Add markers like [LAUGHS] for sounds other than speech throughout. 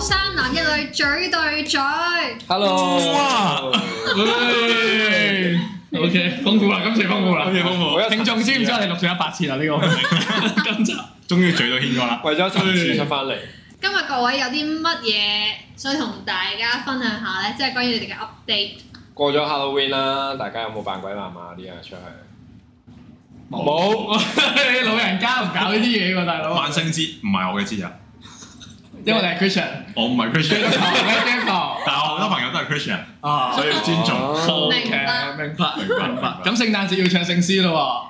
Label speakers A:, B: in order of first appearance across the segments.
A: 三男一女嘴對嘴，
B: Hello，
C: 哇
B: ，O K，豐富啦，今次豐富啦，
C: 今次豐富我有
B: 聽眾知唔知我哋錄咗一百次啦？呢個今集
C: 終於嘴到牽過啦，
D: 為咗層次出翻嚟，
A: 今日各位有啲乜嘢想同大家分享下呢？即係關於你哋嘅 update。
D: 過咗 Halloween 啦，大家有冇扮鬼媽媽啲啊出去？
B: 冇， [LAUGHS] 老人家唔搞呢啲嘢喎，大佬，
C: 萬聖節唔係我嘅節日，
B: 因為你係 Christian，
C: 我唔係 Christian， [LAUGHS]
B: 咩 d
C: 但係我好多朋友都係 Christian，
B: 啊
C: 所以尊重。
D: 哦
B: ，OK，明白，明白，
C: 明白
B: 明白。咁聖誕節要唱聖詩咯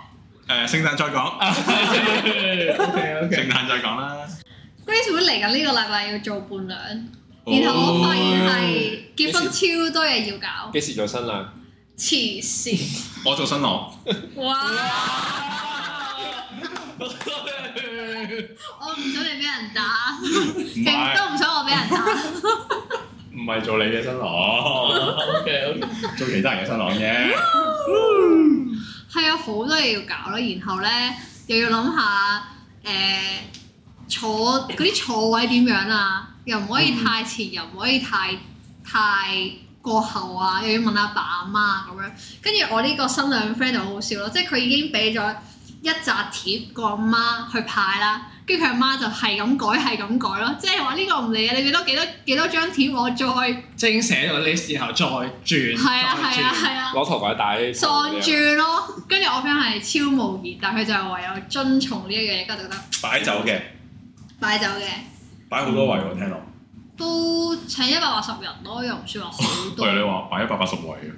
C: 誒，聖誕再講， [LAUGHS]
B: 喎，OK
C: 聖
B: OK，
C: 誕再講啦。
A: Grace 會嚟緊呢個禮拜要做伴娘， [LAUGHS]
C: 哦
A: 然後我發現係結婚超多嘢要搞，
D: 幾時做新娘？
A: 黐線！
C: 我做新郎，
A: 哇！我唔想你俾人打， [LAUGHS]
C: 係
A: 勁都唔想我俾人打。
C: 唔係做你嘅新郎， [LAUGHS]
B: OK OK。
C: 做其他人嘅新郎啫。
A: 係啊有好多嘢要搞咯，然後咧又要諗下誒、坐嗰啲坐位點樣啊，又唔可以太前，又唔可以太太過後啊，又要問阿爸阿媽咁樣。跟住我呢個新娘 friend 就好好笑咯，即係佢已經俾咗一紮貼個阿媽去派啦。跟住佢阿媽就係咁改，係咁改咯，即係話呢個唔理啊！你俾多幾多幾多張貼我再
B: 即係已經寫咗 list，然後再轉，
A: 係啊係啊係啊！
D: 攞頭鬼帶
A: 喪轉咯，跟住我 friend 係超無言，但佢就唯有遵從呢一樣嘢，跟住覺得
C: 擺酒嘅，
A: 擺酒嘅
C: 擺好多位喎，聽落。
A: 都請一百八十人咯，又唔算話好多。
C: [LAUGHS] 喂，你話擺一百八十位嘅，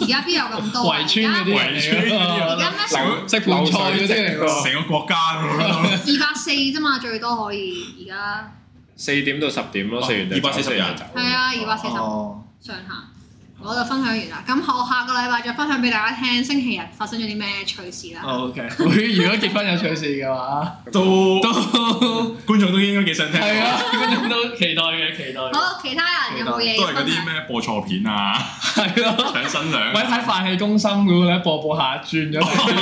A: 而家邊有咁多啊？而
B: 圍村嗰
A: 家
B: 啲
C: 圍村嗰啲
A: 而
C: 啊
A: 家咩？
B: 識盤菜嗰啲嚟
D: 流
B: 喎，
C: 成個國家咁 [LAUGHS] 樣。
A: 二百四啫嘛，最多可以而家
D: 四點到十點咯，四完
C: 二百四十人
A: 係啊，二百四十
B: 哦，
A: 上下。我就分享完啦，咁我下個禮拜再分享俾大家聽，星期日發生咗啲咩趣事啦。
C: 哦
B: o k 哦 [LAUGHS] 如果結婚有趣事嘅
E: [LAUGHS]
B: 話，
C: 都
B: 都
C: 觀眾都應該幾想聽。
B: 係啊，觀眾都期待嘅，期待嘅，
A: 好，其他人有冇嘢
C: 都
A: 要
C: 係嗰
A: 分
C: 啲
A: 享？
C: 咩播錯片啊，
B: 係咯。
C: 搶新
B: 咪
C: 娘。
B: 睇飯氣攻心嘅咧，播播下轉咗嚟咁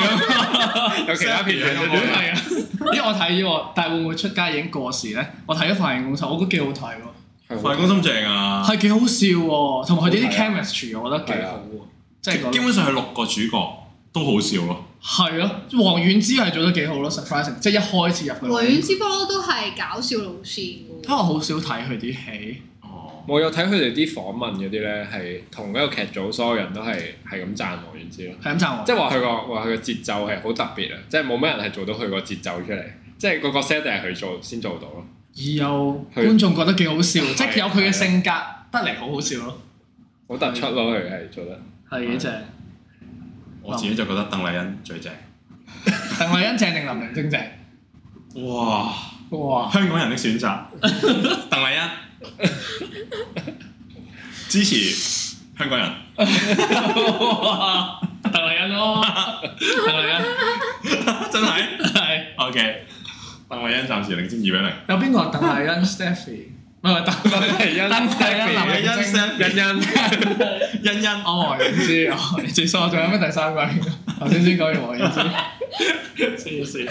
B: 樣，
D: 有其他片
C: 有
E: [LAUGHS]
C: 冇
B: 係啊！咦，我睇喎，但係會唔會出街已經過時咧？我睇咗《飯氣攻心》，我覺得幾好睇喎，
C: 快公心正啊！
B: 係幾好笑喎，同埋佢哋啲
D: 好睇啊
B: chemistry 我覺得幾好喎，即係嗰
C: 基本上係六個主角都好笑咯。
B: 係咯，黃遠之係做得幾好咯，surprising，即係一開始入去。
A: 維園之波都係搞笑路線嘅
B: 因為我好少睇佢啲戲，
C: 哦，
D: 我有睇佢哋啲訪問嗰啲咧，係同一個劇組所有人都係係咁讚王菀之咯，
B: 係咁讚我。
D: 即係話佢個話佢個節奏係好特別啊，即係冇咩人係做到佢個節奏出嚟，即係個個 set 定係佢做先做到咯。
B: 而有
D: 佢
B: 觀眾覺得幾好笑，
D: 係
B: 即係有佢嘅性格得嚟好好笑咯，
D: 好突出咯，佢係做得。
B: 係幾正。
C: 我自己就覺得鄧麗欣最正。
B: 鄧麗欣正定林玲晶正？
C: 哇！
B: 哇！
C: 香港人的選 [LAUGHS] 擇，鄧麗欣支持香港人。 [LAUGHS]
B: 哇！鄧麗 [LAUGHS] 欣咯，鄧麗欣
C: 真係
B: 係
C: OK。鄧麗欣暫時領先二比零。
B: 有邊個係鄧麗欣 Stephy？唔係唔係 [LAUGHS] 鄧麗欣，鄧麗欣林玲晶。
D: 欣欣，
C: 欣欣
B: 我黃遠之，我黃遠之，所以我仲有咩第三季？頭先先講完黃遠之，黐線。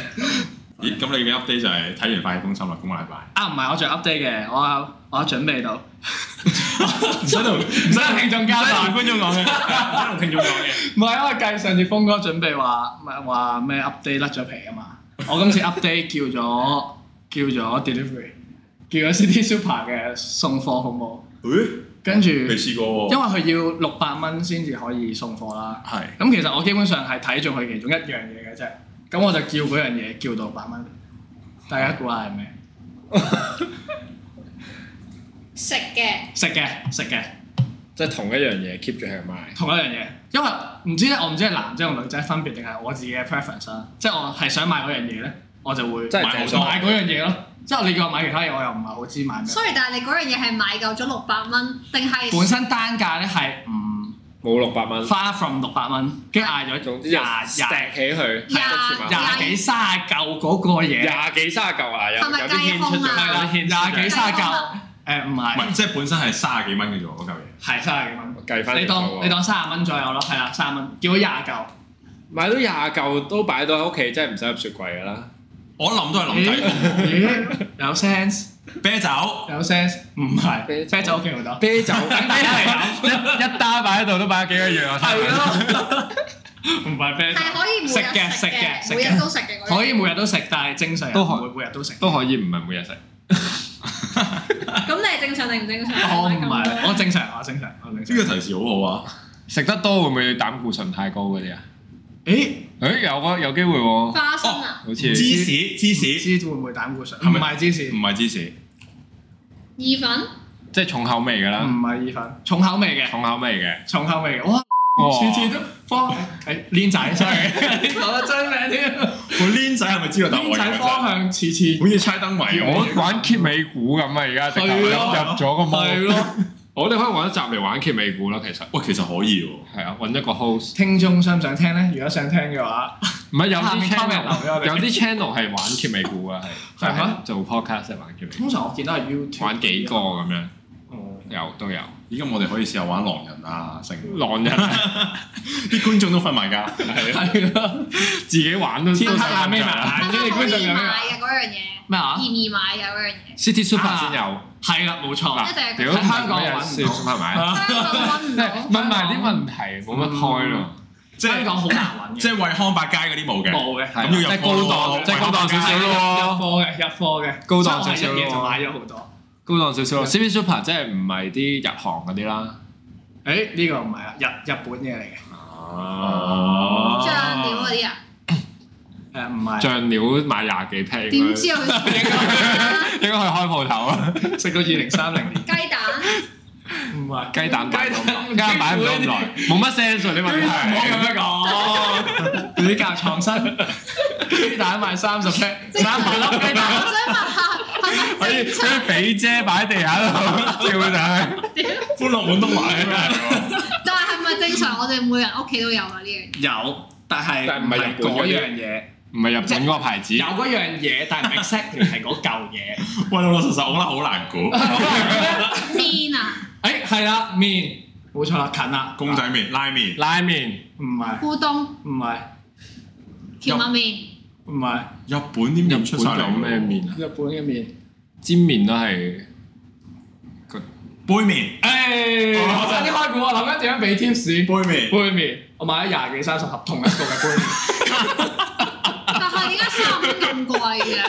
C: 咦？咁你嘅 update 就係睇完《快公心》啦，今個禮拜。
B: 啊，唔係，我仲有 update 嘅，我有我有準備到，
C: 唔使同唔
B: 唔使同聽眾交代。
C: 觀眾講嘅，唔使同聽眾講嘅。
B: 唔係，因為計上次峰哥準備話，唔係話咩 update 甩咗皮啊嘛。我今次 update 叫咗 [LAUGHS] 叫咗 delivery，叫咗 City Super 嘅送貨服務。
C: 誒，
B: 跟住
C: 未試過
B: 因
C: 喎。
B: 為佢要六百蚊先至可以送貨啦。
C: 係
B: 咁其實我基本上係睇中佢其中一樣嘢嘅啫。咁我就叫嗰樣嘢叫到百蚊。大家估下係咩？
A: 食嘅
B: 食嘅食嘅，
D: 即係同一樣嘢 keep 住係咁賣。
B: 同一樣嘢。因為唔知咧，我唔知係男仔同女仔分別定係我自己嘅 preference 啦。即係我係想買嗰樣嘢咧，我就會
D: 真係
C: 買好
D: 正
C: 多
B: 買嗰樣嘢咯。即係你叫我買其他嘢，我又唔係好知買咩。
A: ，sorry，但係你嗰樣嘢係買夠咗六百蚊，定係
B: 本身單價咧係唔
D: 冇六百蚊，
B: far from 六百蚊，跟住嗌咗
D: 總之
B: 廿
D: 就
B: 廿
D: 掟起佢，
A: 廿
B: 廿幾三十嚿嗰個嘢，
D: 廿幾卅嚿啊！有
A: 係咪
D: 有啲
A: 雞
D: 牽出
A: 胸
D: 咗，
A: 啊
B: 係
D: 有
B: 啦
D: 啲，
B: 廿
D: 牽出咗
B: 幾三十嚿
A: 啊，
B: 誒唔
C: 唔係，
B: 係
C: 即係本身係三十幾蚊嘅啫喎，嗰嚿嘢。
B: 係三十幾蚊。
D: 計
E: 啊
D: 翻
B: 你當你當三十蚊左右咯，係啦，三十蚊，叫咗廿嚿，
D: 買到廿嚿都擺到喺屋企，真係唔使入雪櫃㗎啦。
C: 我諗都係諗低。
B: 咦有 sense，
C: 啤酒
B: 有 sense 唔係
D: 啤酒
B: 啤酒屋企好多，
D: 啤酒， [LAUGHS]
E: 一打擺喺度都擺咗幾個月啊！
B: 係咯，唔係啤酒
A: 係可以每日
B: 食嘅食嘅食
A: 每日
B: 嘅，
A: 都食嘅嗰啲。
B: 可以每日都食，但係正常人
E: 都
B: 唔
E: 可
B: 會每日都食。
E: 都可以唔係每日食，
A: 咁你係正常定唔正常？
B: 哦我唔
A: 哦
B: 係，我正常，我正常，我正
C: 呢個
B: 常。
C: 提示好好啊！
E: 食得多會唔會膽固醇太高嗰啲啊？
B: 誒，
E: 誒有啊，有機會喎，
A: 花生啊，
E: 好似
C: 芝士芝
B: 唔
C: 士
B: 知會唔會膽固醇？
C: 係
B: 唔
C: 咪
B: 係芝士
C: 唔，係芝士，
A: 意粉，
B: 啊
E: 即係重口味㗎
C: 啊
B: 唔
E: 啦，
B: 係意粉，重口味嘅，
E: 重口味嘅。
B: 重口味嘅，哇！
C: 哦
B: 次次都方誒僆仔，sorry，我
C: [LAUGHS]
B: 真名添，
C: 我 Lin 仔係咪知道答案
B: 僆仔方
C: 嘅？
B: 向次次
C: 好似猜燈謎咁。
E: 我玩揭尾股咁啊！而家直頭入
B: 係咯
E: 咗個
B: 係
E: 魔，
B: 咯。
E: [LAUGHS] 我哋可以揾一集嚟玩揭尾股咯。其實
C: 喂，其實可以喎。
E: 係啊，揾一個 host，
B: 聽眾想唔想聽咧？如果想聽嘅話，
E: 唔係有
B: 下
E: 啲
B: 面 comment 留俾我
E: channel
B: 哋
E: 有啲 channel 係玩揭尾股啊，係
B: 係咩
E: 做 podcast 係玩揭尾股
B: 通，常我見到係 YouTube
E: 玩幾個咁樣
B: 哦。
E: 有都有
C: 依家我哋可以試下玩狼人啊，成
E: 狼人啊
C: 啲觀眾都瞓埋㗎。
E: [LAUGHS] 係啊
B: 係咯，
E: 自己玩都
B: 天黑
E: 都
B: 眼眯
E: 想
B: 埋眼，
A: 但
B: 跟
A: 係
B: 住
A: 好
B: 觀眾
A: 易
B: 咁
A: 買嘅
B: 樣
A: 嗰樣嘢，
B: 咩啊？
A: 易唔易買嘅嗰樣
B: [LAUGHS]
A: 嘢，
E: City Super
B: 啊
E: 先有。
B: 係啦，冇錯
C: 啊
A: 一
B: 啦。
A: 定係
E: 屌，
A: 咁
B: 喺香港
E: 有
B: 玩唔到
E: 笑係咪？
B: 啊
A: 香港揾唔到。
E: 問埋啲問題冇乜開咯，
C: 即
B: 香港哦
C: 係
B: 好難揾嘅，
C: 即係惠康百佳嗰啲冇嘅。
B: 冇嘅，
C: 咁要入貨咯
E: 啊即係高檔即係高檔少少
B: 入
E: 咯
B: 貨嘅，入貨嘅，
E: 高檔少少咯
B: 所以我係一嘢就買咗好多。
E: 高檔少少咯。City Super 即係唔係啲日航嗰啲啦，
B: 誒呢個唔係啊，日日本嘢嚟嘅，
C: 哦
A: 醬料嗰啲啊，
B: 哦誒唔係
E: 醬料買廿幾批，應
A: 點
E: 該
A: 知啊道佢 [LAUGHS] 食
B: [LAUGHS]
A: 嘅？
E: 應該去開鋪頭啊！
B: [LAUGHS] 食到二零三零年，
A: 雞蛋
B: 唔 [LAUGHS] 係
E: 雞蛋擺唔到咁耐，雞
B: 雞
E: 蛋
B: 蛋
E: 擺唔到咁耐，冇乜 sense 呢
B: 唔好
E: 問題。
B: 咁樣講，你教創新，雞蛋賣三十 p 三百粒
A: 我
B: 雞蛋，
A: 想問下，係
E: 可
A: 咪
E: 以
A: 正
E: 可
A: 常？
E: 以俾遮擺喺地下度跳上去，
C: 歡樂滿東華咁樣。
A: 但係係咪正常？我哋每人屋企都有啊呢樣嘢。
B: 有，但係
D: 但唔係日本嗰
B: 嗰
D: 啲
B: 樣嘢，
E: 唔係日本嗰個牌子
B: 有。嗰樣嘢，但係唔 exactly 係嗰嚿嘢。
C: 喂，老老實實，我覺得好難估。
A: 面啊，
B: [LAUGHS] 誒係啦，面冇錯啦，近啦，
C: 公仔麵、拉麵、
E: 拉麵
B: 唔係
A: 烏冬、
B: 唔係
A: 蕎麥麵、
B: 唔係
C: 日本啲
E: 日
C: 麵出晒
E: 本
C: 嚟
E: 有
C: 喎
E: 咩？麵啊？
B: 日本嘅面，
E: 煎麵都係
C: 杯麵、
B: 誒哎哦我差啲開估，我諗緊點樣俾 tips。
C: 杯麵，
B: 杯麵，我買咗廿幾三十盒同一個嘅杯麵，
A: 但係點解三十蚊咁貴嘅？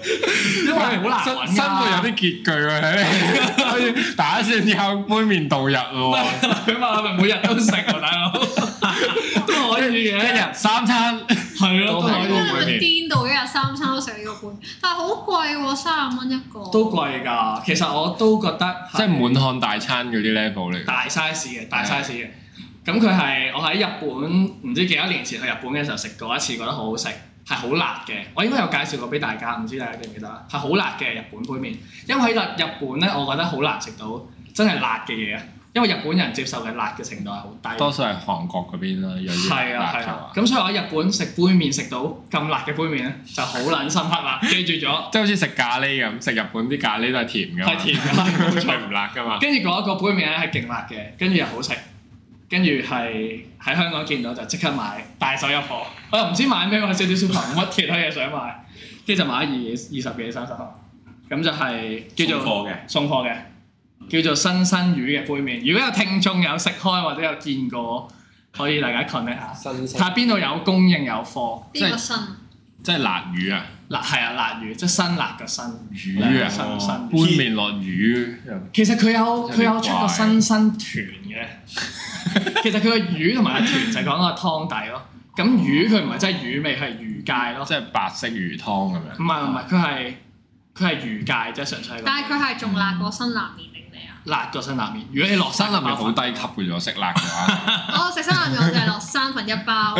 B: [LAUGHS] 因為好難
E: 生
B: 揾㗎
E: 生活有啲拮據喎，睇嚟打算靠杯麵度日咯喎。
B: [LAUGHS] 佢話咪每日都食喎，大佬 [LAUGHS] 都可以
E: 一
B: 嘅，
E: 日三餐，
B: 係咯，
E: 都
B: 都
E: 係
B: 可
A: 因
B: 以
A: 為咪癲到一日三餐都食呢個半，但係好貴喎，三十蚊一個。
B: 都貴㗎。其實我都覺得
E: 即係滿漢大餐嗰啲 level 嚟。
B: 大 size 嘅，大
E: 係
B: size 嘅。咁佢係我喺日本唔知幾多年前去日本嘅時候食過一次，覺得好好食，係好辣嘅。我應該有介紹過俾大家，唔知大家記唔記得啦？係好辣嘅日本杯麵，因為喺日日本咧，我覺得好難食到真係辣嘅嘢啊。因為日本人接受嘅辣嘅程度係好低。
E: 多數係韓國嗰邊啦，有啲
B: 係啊
E: 辣
B: 係
E: 嘅
B: 啊
E: 話，，
B: 咁所以我喺日本食杯麵食到咁辣嘅杯麵咧，就好撚深刻啦，記住咗。
E: 即係好似食咖喱咁，食日本啲咖喱都係甜噶嘛，
B: 係甜㗎冇錯
E: 係唔辣噶嘛。
B: 跟住嗰一個杯麵咧係勁辣嘅，跟住又好食，跟住係喺香港見到就即刻買，大手一貨。我又唔知買咩，我少少 super 冇乜其他嘢想買，跟住就買咗二二十幾三十盒，咁就係叫做
C: 送貨嘅
B: 送貨嘅，叫做新新魚嘅杯麵。如果有聽眾有食開或者有見過，可以大家 connect 下，
D: 新
B: 睇下邊度有供應有貨。
A: 呢個新
E: 即係辣魚啊，
B: 辣係啊，辣魚即係辛辣嘅辛
C: 哎
E: 魚啊，
B: 辛
E: 杯
B: 辛。
E: 麵落魚，
B: 其實佢有
E: 有啲
B: 佢有出
E: 怪
B: 過新新團嘅，其實佢個魚同埋個團就係講個湯底咯。咁魚佢唔係真係魚味，佢係魚介咯。
E: 即係白色魚湯咁樣。
B: 唔係唔係，佢係佢係魚介啫，純粹係個
A: 但係佢係仲辣過辛辣麵定你啊？
B: 辣過辛辣麵。如果你落
E: 辛
B: 辛
E: 辣麵好低級嘅啫，食辣嘅
B: [LAUGHS]
E: 話，
A: 我哦食辛辣麵我就係落三份一包，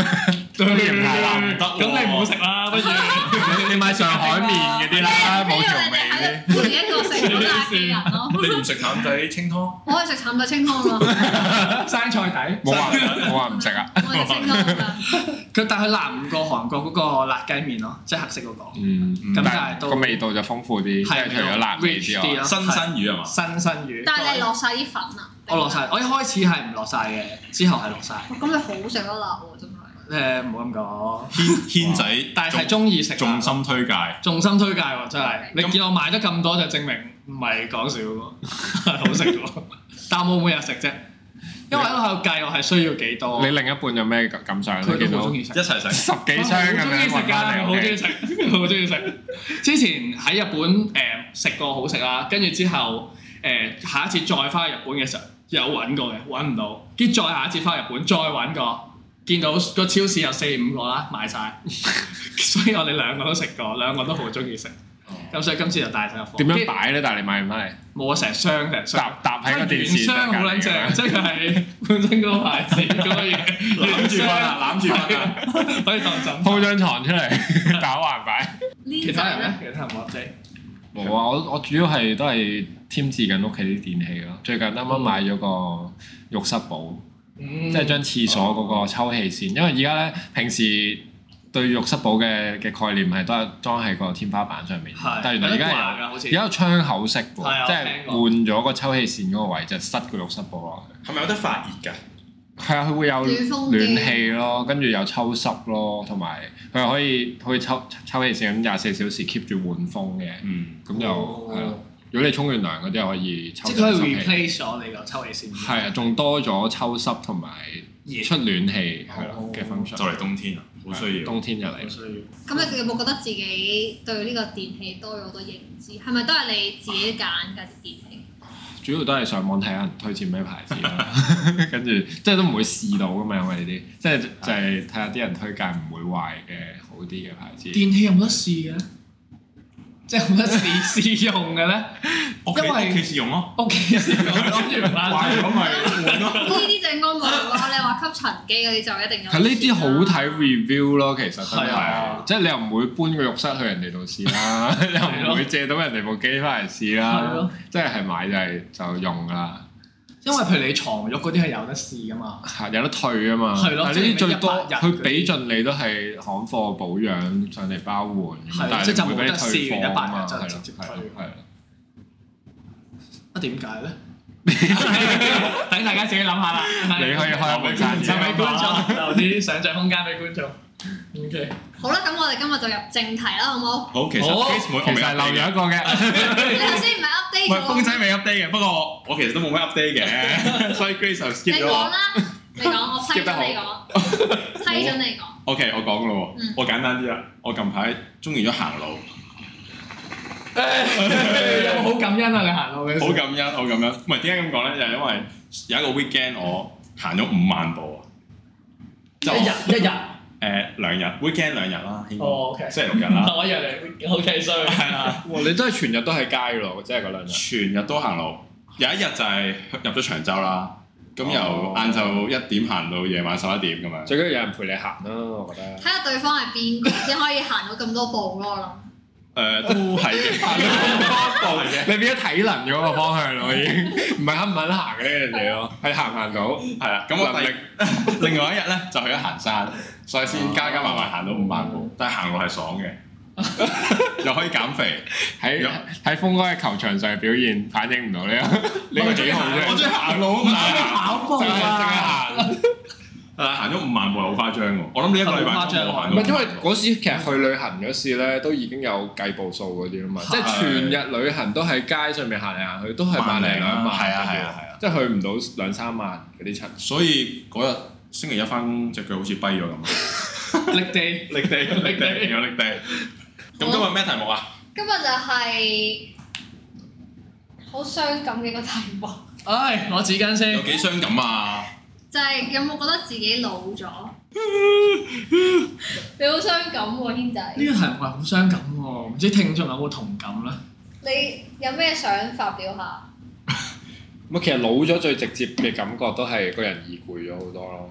B: 對
E: 都嫌太辣
C: 唔得
B: 咁
C: 喎
B: 你唔好食啦，不如
E: 你買上海麵嗰啲
B: [LAUGHS]
E: 啦，冇調味
A: 呢
E: 嗰
A: 個你哋喺度陪一個食唔到辣嘅人
C: [LAUGHS]
A: 咯。
C: 你唔食淡仔清湯？
A: 我係食淡仔清湯咯，
B: 生菜底
E: 啲，冇話冇話唔食啊。
A: 我係食清湯㗎。
B: 佢但係佢辣唔過韓國嗰個辣雞麵咯，即係黑色嗰個。
E: 嗯，
B: 咁但係
E: 但係
B: 都
E: 個味道就豐富啲，即係除咗辣味之
B: rich 啲
E: 外
B: 咯，
C: 新新魚係嘛？
B: 新新魚。
A: 但係你落晒啲粉啊？
B: 我落晒，我一開始係唔落晒嘅，之後係落晒。
A: 咁你好食得辣喎，真係。
B: 誒唔好咁講，
C: 軒軒
B: 但係
C: 仔
B: 係中意食啊
C: 重重
B: 重
C: 心推介，
B: 重心推介喎，真係你見我買得咁多就證明唔係講笑喎， [LAUGHS] 係好食
E: [LAUGHS]
B: 喎，但我冇每日食啫，因為我喺度計我係需要幾多
E: 你，另一半有咩感想咧？
B: 佢
E: 見
B: 都
E: 到
B: 好中
E: 十
B: 意食
C: 一。齊食。
E: 幾箱咁樣
B: 我好中意
E: 運
B: 食㗎，
E: 翻嚟
B: 我好中意
E: 屋企，
B: 食，我好中意食。之前喺日本誒食、過好食啦，跟住之後誒、下一次再翻日本嘅時候有揾過嘅，揾唔到，跟住再下一次翻日本再揾過，見到個超市有四五個啦，賣晒。 [LAUGHS] 所以我哋兩個都食過，兩個都好中意食。咁所以今次就帶晒入房。
E: 點樣
B: 跟住
E: 擺咧？但係你買唔翻嚟，
B: 冇啊，成箱成箱。
E: 搭搭喺個電視
B: 原箱好撚正，即係佢係本身嗰個牌子嗰個嘢，攬
C: 住瞓啊攬住瞓啊，
B: [LAUGHS] 可以當枕頭
E: 鋪張床出
B: [LAUGHS]
E: 嚟打橫擺。
A: 呢
B: 其他人
A: 陣
B: 咧
A: 咧，，
B: 其他人冇 update。
E: 冇啊！我我主要係都係添置緊屋企啲電器咯。最近啱啱買咗個浴室寶。
B: 即
E: 即係將廁所嗰個抽氣扇，因為而家咧平時對浴室寶嘅嘅概念係都係裝喺個天花板上面，但係原來而家有
B: 㗎，好似
E: 而家有窗口式
B: 係啊
E: 喎，
B: 我
E: 即係
B: 聽過
E: 換咗個抽氣扇嗰個位就塞個浴室寶落去。
C: 係咪有得發熱㗎？
E: 係啊，佢會有
A: 暖風機
E: 暖氣咯，跟住有抽濕咯，同埋佢可以可以抽抽氣扇咁廿四小時 keep 住換風嘅，
C: 嗯，
E: 咁就
B: 哦
E: 係咯。如果你沖完涼嗰啲可以抽
B: 即係佢
E: 濕氣，
B: replace 咗你個抽氣扇。
E: 係啊，仲多咗抽濕同埋
B: 熱
E: 出暖氣係
B: 哦
E: 咯嘅 function。
C: 就嚟冬天啦，好需要。
E: 冬天就
B: 好
E: 嚟。
B: 需要。
A: 咁你有冇覺得自己對呢個電器多咗好多認知？係咪都係你自己揀㗎啲電器？
E: 主要都係上網睇下人推薦咩牌子啦，跟住即係都唔會試到噶嘛，因為呢啲即係就係睇下啲人推介唔會壞嘅好啲嘅牌子。
B: 電器有冇得試嘅咧？即係有冇得試 [LAUGHS] 試用嘅咧？
C: 屋企
B: 因為
C: 屋企試哦用咯，
B: 屋企試用諗住 [LAUGHS] 買。
C: 壞咗咪換咯。
A: 呢啲就應該冇咯，你話吸塵機嗰啲就一定有。
E: 係呢啲好睇 review 咯，其實真
B: 係啊
E: 係，即係你又唔會搬個浴室去人哋度試
B: [LAUGHS]
E: 啦，
B: 咯
E: 又唔會借到人哋部機翻嚟試
B: 係咯
E: 啦，即係係買就係就用㗎啦，
B: 因為譬如你床褥嗰啲係有得試噶嘛。
E: 係有得退啊嘛。
B: 係咯
E: 但呢啲
B: 即係你
E: 最
B: 一百
E: 多
B: 日嗰啲
E: 佢俾盡你都係行貨保養上嚟包換，
B: 係啊
E: 但
B: 即
E: 係
B: 係就
E: 唔會俾你
B: 冇得試
E: 退貨
B: 一百
E: 啊
B: 日
E: 嘛，
B: 就
E: 係
B: 直接
E: 咯係咯
B: 退
E: 係咯。
B: 啊點解 [LAUGHS] 咧？等大家自己諗下啦。
E: 你可以開一門生意
B: 就俾觀眾留啲想像空間俾觀眾。OK。 [LAUGHS]
A: 好啦，咁我哋今日就入正題啦，好
C: [LAUGHS]
A: 冇？
C: 哦好，其實
B: 好
C: case 妹我
E: 其
C: 未
E: 實係
C: update
E: 漏
C: 嘅
E: 咗一個嘅，
A: 你頭先唔係 update
C: 唔
A: 咗
C: 係
A: 我
C: 風仔未 update 嘅，不過我其實都冇咩 update [LAUGHS] 嘅，所以 Grace 就
A: 你
C: skip 咗
A: 講
C: 我。
A: 啦，你講，我批
C: skip 得
A: 准
C: 好
A: 你講，批准你講。
C: OK，我講咯
A: 嗯
C: 喎，我簡單啲啦。我近排中意咗行路，
B: 有冇好感恩啊？你行路嘅時候
C: 好感恩，好感恩。唔係點解咁講咧？就係因為有一個 weekend 我行咗五萬步啊，就
B: 一日一日。
C: 誒兩日 weekend 兩日啦，應該
B: 哦，OK。
C: 星期六日啦，
B: 我以為你 OK sorry。
C: [LAUGHS] 係啊啦，
E: 哇！你真係全日都喺街咯，真係嗰兩日。
C: 全日都行路。有一日就係入咗長洲啦，咁由
E: 哦
C: 晏晝一點行到夜晚十一點咁樣。
E: 最緊要有人陪你行啦，我覺得
A: 睇。下對方係邊個先可以行到咁多步咯，我諗。
C: 誒呃都係 [LAUGHS] 嘅，都係嘅，
E: 你變咗體能嗰個方向咯，已經 [LAUGHS] 唔係肯唔肯行嘅呢樣嘢咯，係行唔行到。
C: 係啊啦。咁我
E: 能力
C: 第 [LAUGHS] 另外一日咧就去咗行山，所以先加加埋埋行到五萬步，但係行路係爽嘅， [LAUGHS] 又可以減肥。
E: 喺
C: 有
E: 喺峰哥嘅球場上嘅表現反映唔到呢 [LAUGHS] 呢個幾好
C: 我中
E: 啫。
C: 意行路啊
B: 唔
C: 嘛，
B: 係
C: [LAUGHS]
B: 跑步
E: 淨係淨係行，
B: 啊！
C: 係啦，啊行咗五萬步係好誇張喎。我諗呢一個禮拜
B: 好誇張
C: 都冇行
E: 唔
C: 到
E: 係因為嗰時其實去旅行嗰時咧，都已經有計步數嗰啲啦嘛，即係全日旅行都喺街上面行嚟行去，都係萬零兩萬，
C: 係啊係啊係啊，
E: 即係去唔到兩三萬嗰啲層。
C: 所以嗰日星期一翻工隻腳好似跛咗咁，
B: 力地
C: 力地力地有力地。咁今日咩題目啊？
A: 今日就係好傷感嘅一個題目，
B: 唉，攞紙巾先
C: 有。幾傷感 [LAUGHS] 啊？
A: 就係有冇覺得自己老咗？你好傷感喎、軒仔，
B: 呢個題目係好傷感喎，唔知聽眾有冇同感咧？
A: 你有咩想發表下？
E: 咁其實老咗最直接嘅感覺都係個人易攰咗好多咯，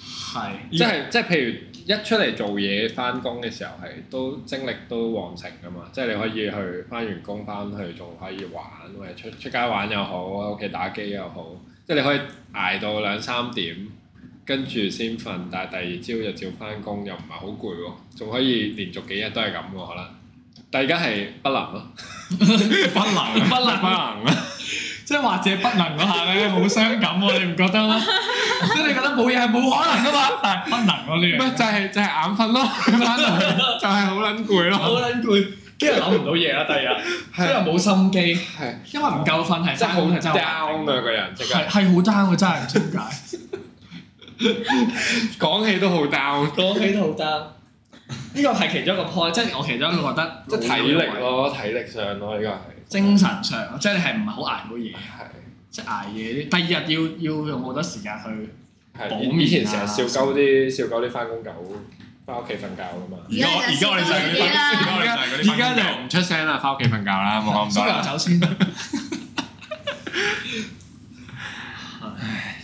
B: 係。
E: 即係即係譬如一出嚟做嘢翻工嘅時候係都精力都旺盛噶嘛，即係你可以去翻完工翻去仲可以玩，或者出出街玩又好，喺屋企打機又好，即係你可以捱到兩三點，跟住先瞓，但係第二朝就照翻工，又唔係好攰喎，仲可以連續幾日都係咁喎可能，但係而家係不能咯，
C: 不能
B: 不
E: [LAUGHS] 能
B: 能，
E: 啊，
B: 即即係或者不能嗰下咧，好傷感喎，你唔覺得嗎？即係你覺得冇嘢係冇可能噶嘛，但係不能喎呢樣。
E: 係就係就係眼瞓咯， [LAUGHS] 翻到去就係好撚攰
B: 好
E: 咯。
B: 撚攰，跟住諗唔到嘢啦，第二日，
E: 係
B: 因為冇心機，
E: 係
B: 因為唔夠瞓係
E: 即係
B: 翻
E: 好
B: 工係真係好
E: down 啊個人，即
B: 係
E: 係
B: 係好 down 嘅，真係唔知點解。
E: 講起都好 down，
B: 講起都好 down。呢個係其中一個 point，即係我其中一個覺得
E: 即係體力，咯，體力上咯，呢個係
B: 精神上，即係你係唔係好捱到嘢，
E: 係
B: 即係捱夜啲。第二日要要用好多時間去。
E: 係
B: 補
E: 以以前
B: 眠
E: 成
B: 啊
E: 日笑鳩啲笑鳩啲翻工狗翻屋企瞓覺噶嘛。
C: 而家我而家我哋就係嗰啲，而家我哋就係嗰啲啊
E: 而家就唔出聲啦，翻屋企瞓覺啦，冇咁多
B: 蘇
E: 啦
B: 油。走先。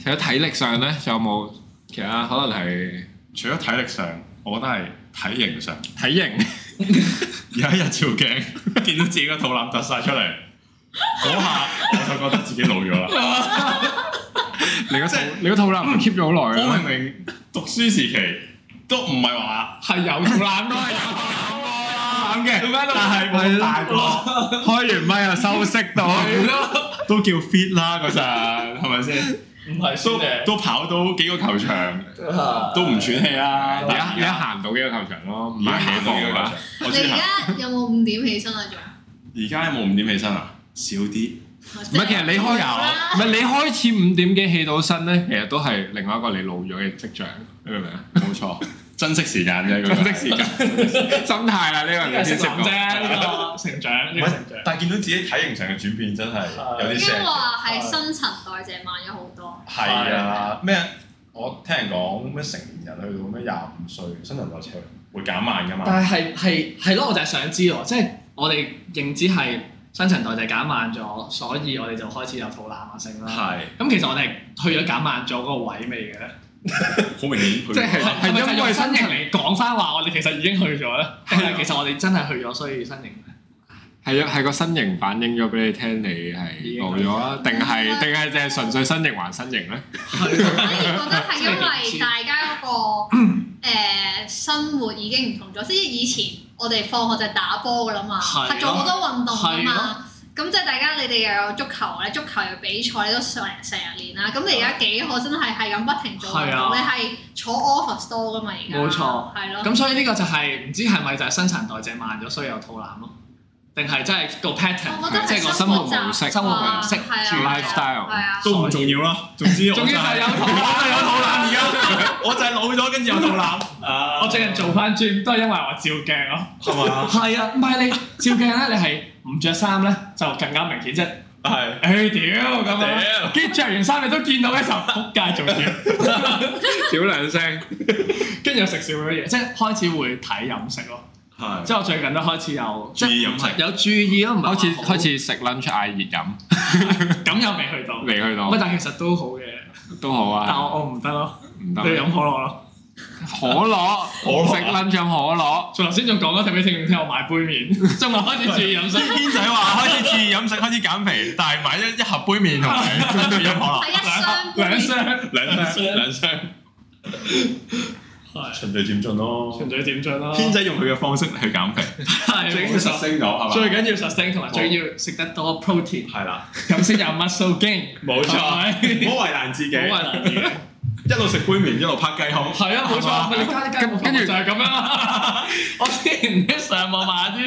E: 除咗體力上咧，仲有冇其他可能係
C: 除咗體力上，我覺得係體型上。 [LAUGHS]
E: 體型？
C: 有一日照鏡， [LAUGHS] 見到自己個肚腩凸晒出嚟，嗰下我就覺得自己老咗啦。
E: 你個肚你個肚腩唔 keep 咗好耐
C: 我
E: 啦。
C: 明明讀書時期都唔係話
B: 係有肚腩咯，
C: 啱嘅，但
E: 係
C: 係冇
E: 咯
C: 大過，
E: 開完咪又收息到，
C: 都叫 fit 啦嗰陣，係咪 [LAUGHS] 先？
B: 唔係
C: 都都跑到幾個球場，
E: 啊
C: 都唔喘氣啊啦。
E: 而家而家行到幾個球場咯，唔
C: 而家
E: 係
C: 行
E: 起
C: 到
E: 步
C: 幾個球場
E: 啦。，
C: 我啊
A: 你
C: 先
A: 而
C: 行。
A: 家有冇五點起身啊？仲
C: 而家有冇五點起身啊？少啲。
E: 唔係，其實你開
A: 有啦
E: 唔係你開始五點幾起到身咧，其實都係另外一個你老咗嘅跡象，你明唔明啊？
C: 冇
E: [LAUGHS]
C: 錯， [LAUGHS] 珍惜時間啫，珍惜時間。
E: 心態啦，呢
B: 呢
E: 個
B: 個
E: 你
B: 係
E: 先
B: 識
E: 識
B: 諗
E: 講
B: 啫，呢個成長，呢個成長。
C: 但係見到自己體型上嘅轉變，真係有啲
A: 已經
C: sad。
A: 話係新陳代謝慢咗好多，
C: 係啊，咩？我聽人講咩成年人去到咩廿五歲，新陳代謝會減慢噶嘛？
B: 但係係係咯，我就係想知喎，即係我哋認知係新陳代謝減慢咗，所以我哋就開始有肚腩啊性啦。
C: 係，
B: 咁其實我哋係去咗減慢咗嗰個位未嘅咧，
C: 好明顯佢
E: 即係
B: 係咪就
E: 因
B: 用
E: 為
B: 身
E: 身
B: 形
E: 形
B: 嚟講翻話，我哋其實已經去咗咧。定係其實我哋真係去咗，所以身形
E: 係啊，係個身形反映咗俾你聽，你係老咗啊？定
B: [LAUGHS]
E: 係定係淨係純粹身形還身形咧？
A: 反而覺得係因為大家嗰、
E: [COUGHS]
A: 個、誒生活已經唔同咗，即係以前我哋放學就打波噶啦嘛，
B: 係咯
A: 係做好多運動噶
B: 係
A: 嘛。咁即係大家你哋又有足球咧，足球又比賽，你都成成日練啦。咁你而家幾可真係係咁不停做運動？
B: 係啊
A: 你係坐 office 多噶嘛？而家
B: 冇錯
A: 係咯。
B: 咁所以呢個就係唔知係咪就係新陳代謝慢咗，所以有肚腩咯？定係真係個 pattern，
A: 哦我覺得
B: 即
A: 係
B: 係個
A: 生
B: 生
A: 活
B: 活
A: 習慣
B: 模式、生活模式
A: 係啊
B: 住
E: lifestyle
A: 係啊，
C: 都唔重要啦。總之我
B: 總之就係有肚腩
C: [LAUGHS]
B: 有肚腩而
C: 家， [LAUGHS] 我就係老咗，跟住有肚 [LAUGHS] 腩。啊
B: 我最近做翻 gym 都係因為我照鏡咯，係嘛？係啊，唔係你照鏡咧，你係唔着衫咧就更加明顯啫。
C: 係
B: 唉屌咁啊！跟住着完衫你都見到嘅時候，仆街做嘢，
E: 屌兩聲，
B: 跟住又食少咗嘢，即係開始會睇飲食咯。
C: 係
B: 即係我最近都開始有
C: 注意飲食
B: 即係有注意咯，唔係話
E: 開始
B: 好
E: 開始食 lunch 嗌熱飲，
B: 咁又未去到，
E: 未去
B: 喂，
E: 到
B: 但係其實都好嘅，
E: 都好
B: 但
E: 啊，
B: 我我唔得咯，
E: 唔
B: 你
E: 得
B: 飲可樂咯。
E: 可樂，
C: 樂
E: 食 lunch 飲可樂，
B: 仲頭先仲講咗，特俾聽眾聽我買杯
C: [LAUGHS]
B: 麵，仲話開始注意飲食。
C: 軒仔話開始注意飲食，開始減肥，但係買一一盒杯麵同埋一飲可樂，
A: 係一箱杯
B: 兩箱，
C: 兩箱兩箱，
B: 係
C: 循序漸進咯
B: 純粹點進啦。
C: 軒仔用佢嘅方式去減肥，
B: 係
C: 最緊
B: 冇錯
C: 要實升到係
B: 最
C: 嘛？
B: 緊要實性，同埋最要食得多 protein，
C: 係啦，
B: 咁先有 muscle gain。
C: 冇錯
B: 係咪
C: 好為難自己
B: 好為難自己。
C: 一路食杯麵一路拍雞胸。
B: 係啊，冇錯，咪你加啲雞
E: 跟
B: 跟
E: 跟
B: 住
E: 住
B: 就係咁樣啦。我之前咧上網買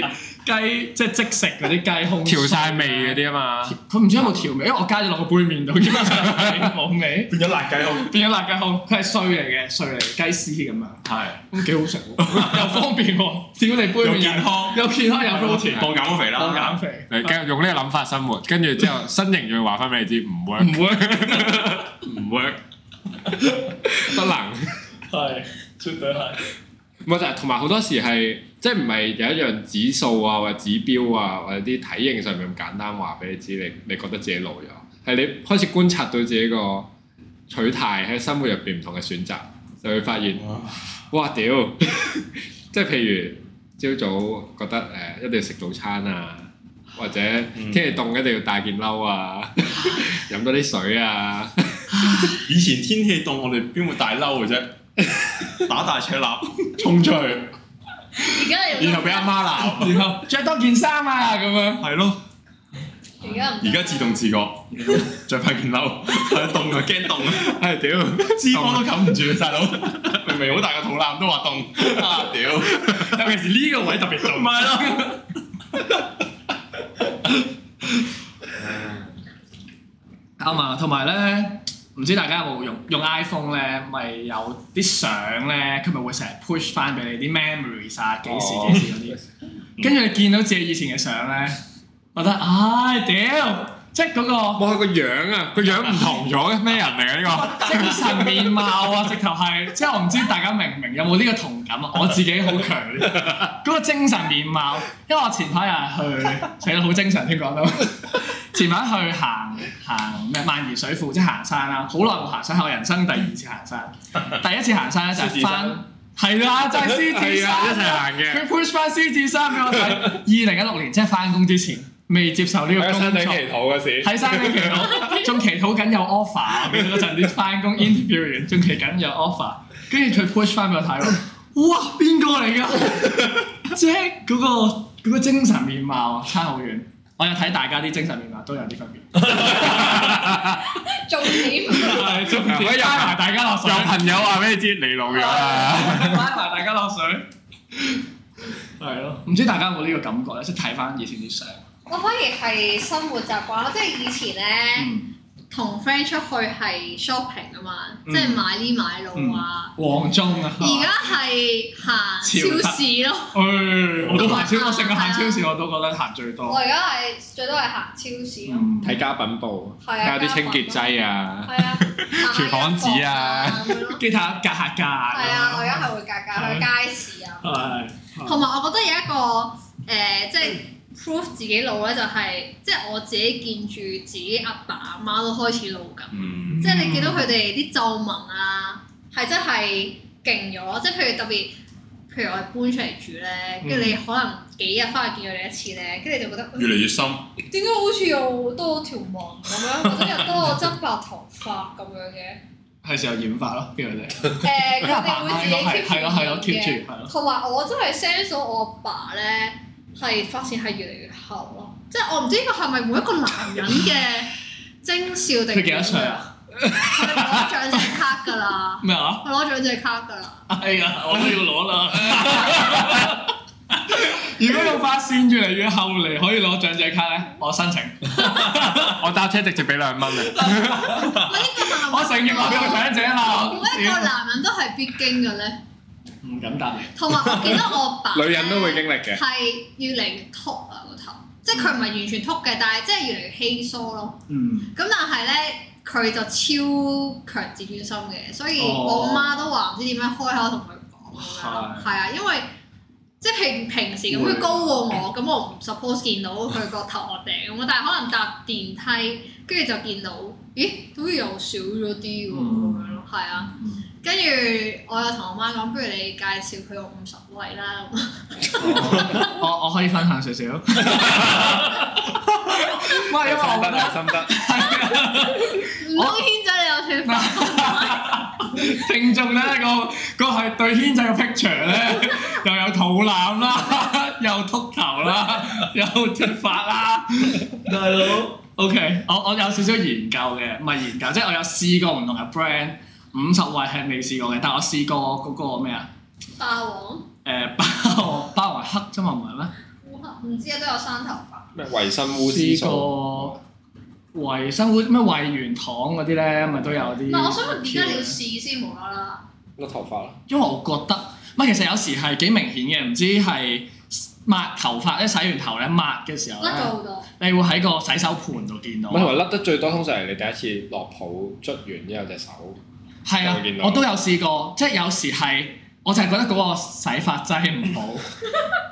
B: 啲雞，即係即食嗰啲雞胸，
E: 調晒味嗰
B: 啲。
E: 啲啊
B: [LAUGHS]
E: 嘛，
B: 佢唔知有冇調味，因為我加咗落個杯麵度，基本上係冇味，
C: 變咗辣雞胸，
B: 變咗辣雞胸，佢係碎嚟嘅，碎嚟嘅雞絲咁樣，
C: 係
B: 咁幾好食喎，又方便喎，屌你杯麵
C: 又健康
B: 又健康又 protein，
C: 當減肥啦，
B: 幫減肥，
E: 你跟住用呢個諗法生活，跟住之後身形仲要話翻俾你知唔 work
B: 唔會
E: 唔 work，不能。
B: 係絕對係。
E: 唔係，但係同埋好多時係即係唔係有一樣指數啊，或者指標啊，或者啲體型上面咁簡單話俾你知，你你覺得自己老咗，係你開始觀察到自己個取態喺生活入邊唔同嘅選擇，就會發現，哇屌！ [LAUGHS] 即係譬如朝早覺得誒、呃一定要食早餐啊，或者
C: 嗯
E: 天氣凍一定要帶件褸啊， [LAUGHS] 飲多啲水啊，
C: 以前天氣凍，我哋邊會大褸嘅啫？打大赤立，衝出去，
A: 而家你
E: [LAUGHS]
C: 然後俾阿媽鬧，
B: 然後着多件衫啊咁樣。
C: 係咯，
A: 而而家唔得
C: 而家自動自覺，着翻件褸，凍啊，驚凍啊，
D: 係屌，
C: 脂肪都冚唔住啊，大佬，明明好大個肚腩都話凍，啊屌，
B: 尤其是呢個位特別凍。咪咯，啱啊！同埋咧，唔知大家有冇用用 iPhone 咧，咪有啲相咧，佢咪會成日 push 翻俾你啲 memories 啊，幾時幾時嗰啲。跟住你見到自己以前嘅相咧，覺得唉屌，即係嗰個。
D: 哇個樣啊，個樣唔同咗嘅，咩人嚟嘅呢
B: 精神面貌啊，直頭係，即係我唔知大家明唔明有冇呢個同感
D: [LAUGHS]
B: 啊？我自己好強烈，嗰個精神面貌，因為我前排又係去，死得好精神添講
D: [LAUGHS]
B: 到，前排去行行咩萬宜水庫，即係行山啦，好耐冇行山，係我人生第二次行山，
D: [LAUGHS]
B: 第一次行山咧就係翻。係啦，就係獅子
D: 係
B: 山
D: 啊一齊行嘅
B: 佢 push 翻獅子山俾我睇。二零一六年即係翻工之前，未接受呢個
E: 喺
D: 啊
B: 工
E: 山頂
B: 作。
E: 祈禱嗰時，
B: 喺山頂
D: [LAUGHS]
B: 祈禱，仲祈禱緊有 offer，跟住嗰陣啲翻工 interview 完，仲祈緊有 offer，跟住佢 push 翻俾我睇喎，哇邊個嚟
D: [LAUGHS]
B: 㗎？即係嗰個嗰個精神面貌啊，差好遠。我有睇大家啲精神面貌都有啲分
D: [LAUGHS]
B: 別，
A: 重點。
B: 係仲
D: 我又
B: 拉埋大家落
D: 個？
B: 水，
D: 有朋友話俾你知你老咗啦，
B: 拉埋大家落水，係咯。唔知大家有冇呢個感覺咧？即係睇翻以前啲相，
A: [LAUGHS] 我反而係生活習慣咯，即係以前咧
B: 嗯，
A: 同 friend 出去係 shopping 啊嘛，
B: 嗯
A: 即係買呢買路啊。
B: 黃忠啊，
A: 而家係行超市咯，
B: 誒我都行超，我成日行超市我啊都覺得行最
A: 我
B: 多。
A: 而家係最多係行超市咯，
B: 嗯
E: 睇家品部，
A: 係
D: 睇
A: 啊，
D: 下啲清潔劑
E: à.
D: 啊，
A: 係啊，
D: 廚房紙啊
A: 行下一個咁樣咯
B: 機塔格下格，
A: 係
B: 係
A: 啊，我而家係會格價去街市啊。
B: 係
A: 同埋我覺得有一個誒、呃即係 proof 自己老咧，就係、即係我自己見住自己阿爸阿媽都開始老緊，
C: 嗯，
A: 即係你見到佢哋啲皺紋啊，係真係勁咗，即係譬如特別。譬如我哋搬出嚟住
B: 嗯
A: 咧，跟住你可能幾日翻去見佢哋一次咧，跟住你就覺得
B: [LAUGHS]
C: 越嚟越深，
A: 嗯點解好似又多條紋咁樣，或者又多我執白頭髮咁樣嘅？
B: 係時候染髮咯，叫佢哋。
A: 誒，佢哋
B: 因為爸媽
A: 會
B: 應該
A: 自
B: 係
A: 己 keep
B: [LAUGHS] 係
A: 住
B: 咯係咯
A: 嘅
B: keep 住係咯。
A: 同埋我真係 sense 到我阿爸咧係髮線係越嚟越厚咯，即係我唔知呢個係咪每一個男人嘅徵兆定
B: 佢幾多歲啊？
A: 佢攞長者卡㗎啦，
B: 咩啊？
A: 佢攞長者卡㗎
E: [LAUGHS]
A: 啦，
B: 哎呀，我都要攞啦。如果用髮線越嚟越後嚟，可以攞長者卡咧，我申請。
D: 我搭車直接俾兩蚊啊，
A: 我呢個係咪
B: 我承認我係長者啦。
A: 每一個男人都係必經嘅咧。
B: 唔敢答你。
A: 同埋我見到我阿爸呢
E: 女人都會經歷嘅。
A: 係越嚟越禿啊個頭，即係佢唔係完全禿嘅，但係即係越嚟越稀疏咯。
B: 嗯。
A: 咁但係咧，佢就超強自尊心嘅，所以
B: 哦
A: 我媽都話唔知點樣開口同佢講咁樣咯
B: 係
A: 係啊，因為即係平平時咁
E: 會
A: 佢高過我，咁我唔 suppose 見到佢個頭殼頂咁，但係可能搭電梯，跟住就見到，咦，好似又少咗啲喎
B: 嗯
A: 咁樣咯，係啊。跟住我又同我媽講，不如你介紹佢個五十位啦。咁
B: 我我可以分享少少。唔係因為我覺得
E: 心得，
A: 唔
B: 哦
A: 通軒仔你有脱髮？
B: 聽眾咧個個係對軒仔嘅 picture [LAUGHS] 咧，又有肚腩啦， [LAUGHS] 又禿頭 [LAUGHS] 啦，又脱髮啦，大佬。OK，我我有少少研究嘅，唔係研究，即係我有試過唔同嘅 brand，五十位係未試過嘅，但我試過嗰個咩啊？
A: 霸王
B: 誒、包 [LAUGHS] 包埋黑啫嘛，唔係咩？
A: 唔知啊，都有生頭髮。
E: 咩維生烏絲
B: 試
E: 素，
B: 過維生會咩維元堂嗰啲咧，咪都有啲。
A: 唔係，我想問點解你要試先無啦啦？
E: 甩頭髮啦。
B: 因為我覺得，唔係其實有時係幾明顯嘅，唔知係抹頭髮咧，洗完頭咧抹嘅時候
A: 甩咗
B: 咧，
A: 好多，
B: 你會喺個洗手盤度見到
E: 唔。係同埋甩得最多，通常係你第一次落鋪捽完之後隻手。
B: 係啊
E: 就會見，到
B: 我都有試過，即係有時係，我就係覺得嗰個洗髮劑唔
E: [LAUGHS]
B: 好，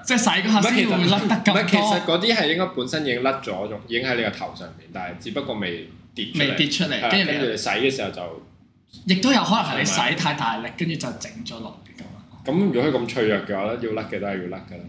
B: 即係洗嗰下先會甩得
E: 唔係
B: 咁
E: 其實
B: 多，
E: 嗰啲係應該本身已經甩咗，仲已經喺你個頭上面，但係只不過未跌出嚟
B: 未跌出
E: 係
B: 嚟，
E: 啊
B: 跟住
E: 跟住
B: 你
E: 你洗嘅時候就
B: 亦都有可能係你洗太大力，跟住就整咗落嚟咁啊。
E: 咁。如果佢咁脆弱嘅話咧，要甩嘅都係要甩㗎啦。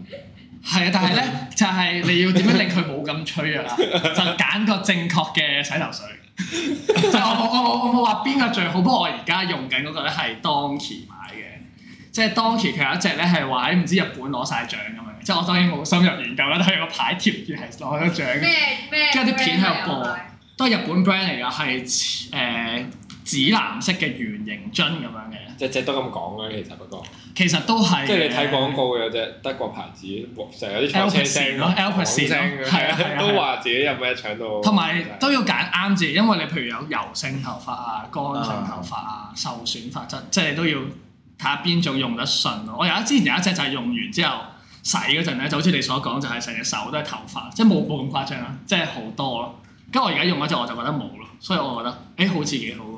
B: 係啊，但係咧就係你要點樣令佢冇咁脆
E: [LAUGHS]
B: 弱啊？就揀個正確嘅洗頭水。就我冇我冇我冇話邊個最好，不過我而家用緊嗰個咧係 Donkey 買嘅，即係 Donkey 佢有一隻咧係話喺唔知日本攞晒獎咁樣嘅，嘅，即係我當然冇深入研究啦，但係個牌貼住係攞咗
E: [LAUGHS]
B: 獎嘅，
A: 咩咩
B: 跟住啲片喺度播
A: brand 啊
B: 都係日本 brand 嚟㗎，係誒紫藍色嘅圓形樽咁樣嘅，
E: 隻隻都咁講啦，其實不過，
B: 其實都係
E: 即係你睇廣告有隻德國牌子，成日有啲賽車
B: Alpecin
E: 聲
B: 咯，Alpecin
E: 聲
B: 咯，係啊係啊，
E: 都話自己有咩搶到，
B: 同埋都要揀啱字，因為你譬如有油性頭髮啊、乾性頭髮啊、受損髮質，即係你都要睇下邊種用得順咯。我有一之前有一隻就係用完之後洗嗰陣咧，就好似你所講，就係成隻手都係頭髮，即係冇冇咁誇張啦，啊即係好多咯。跟住我而家用嗰隻我就覺得冇咯，所以我覺得誒、欸好似幾好喎。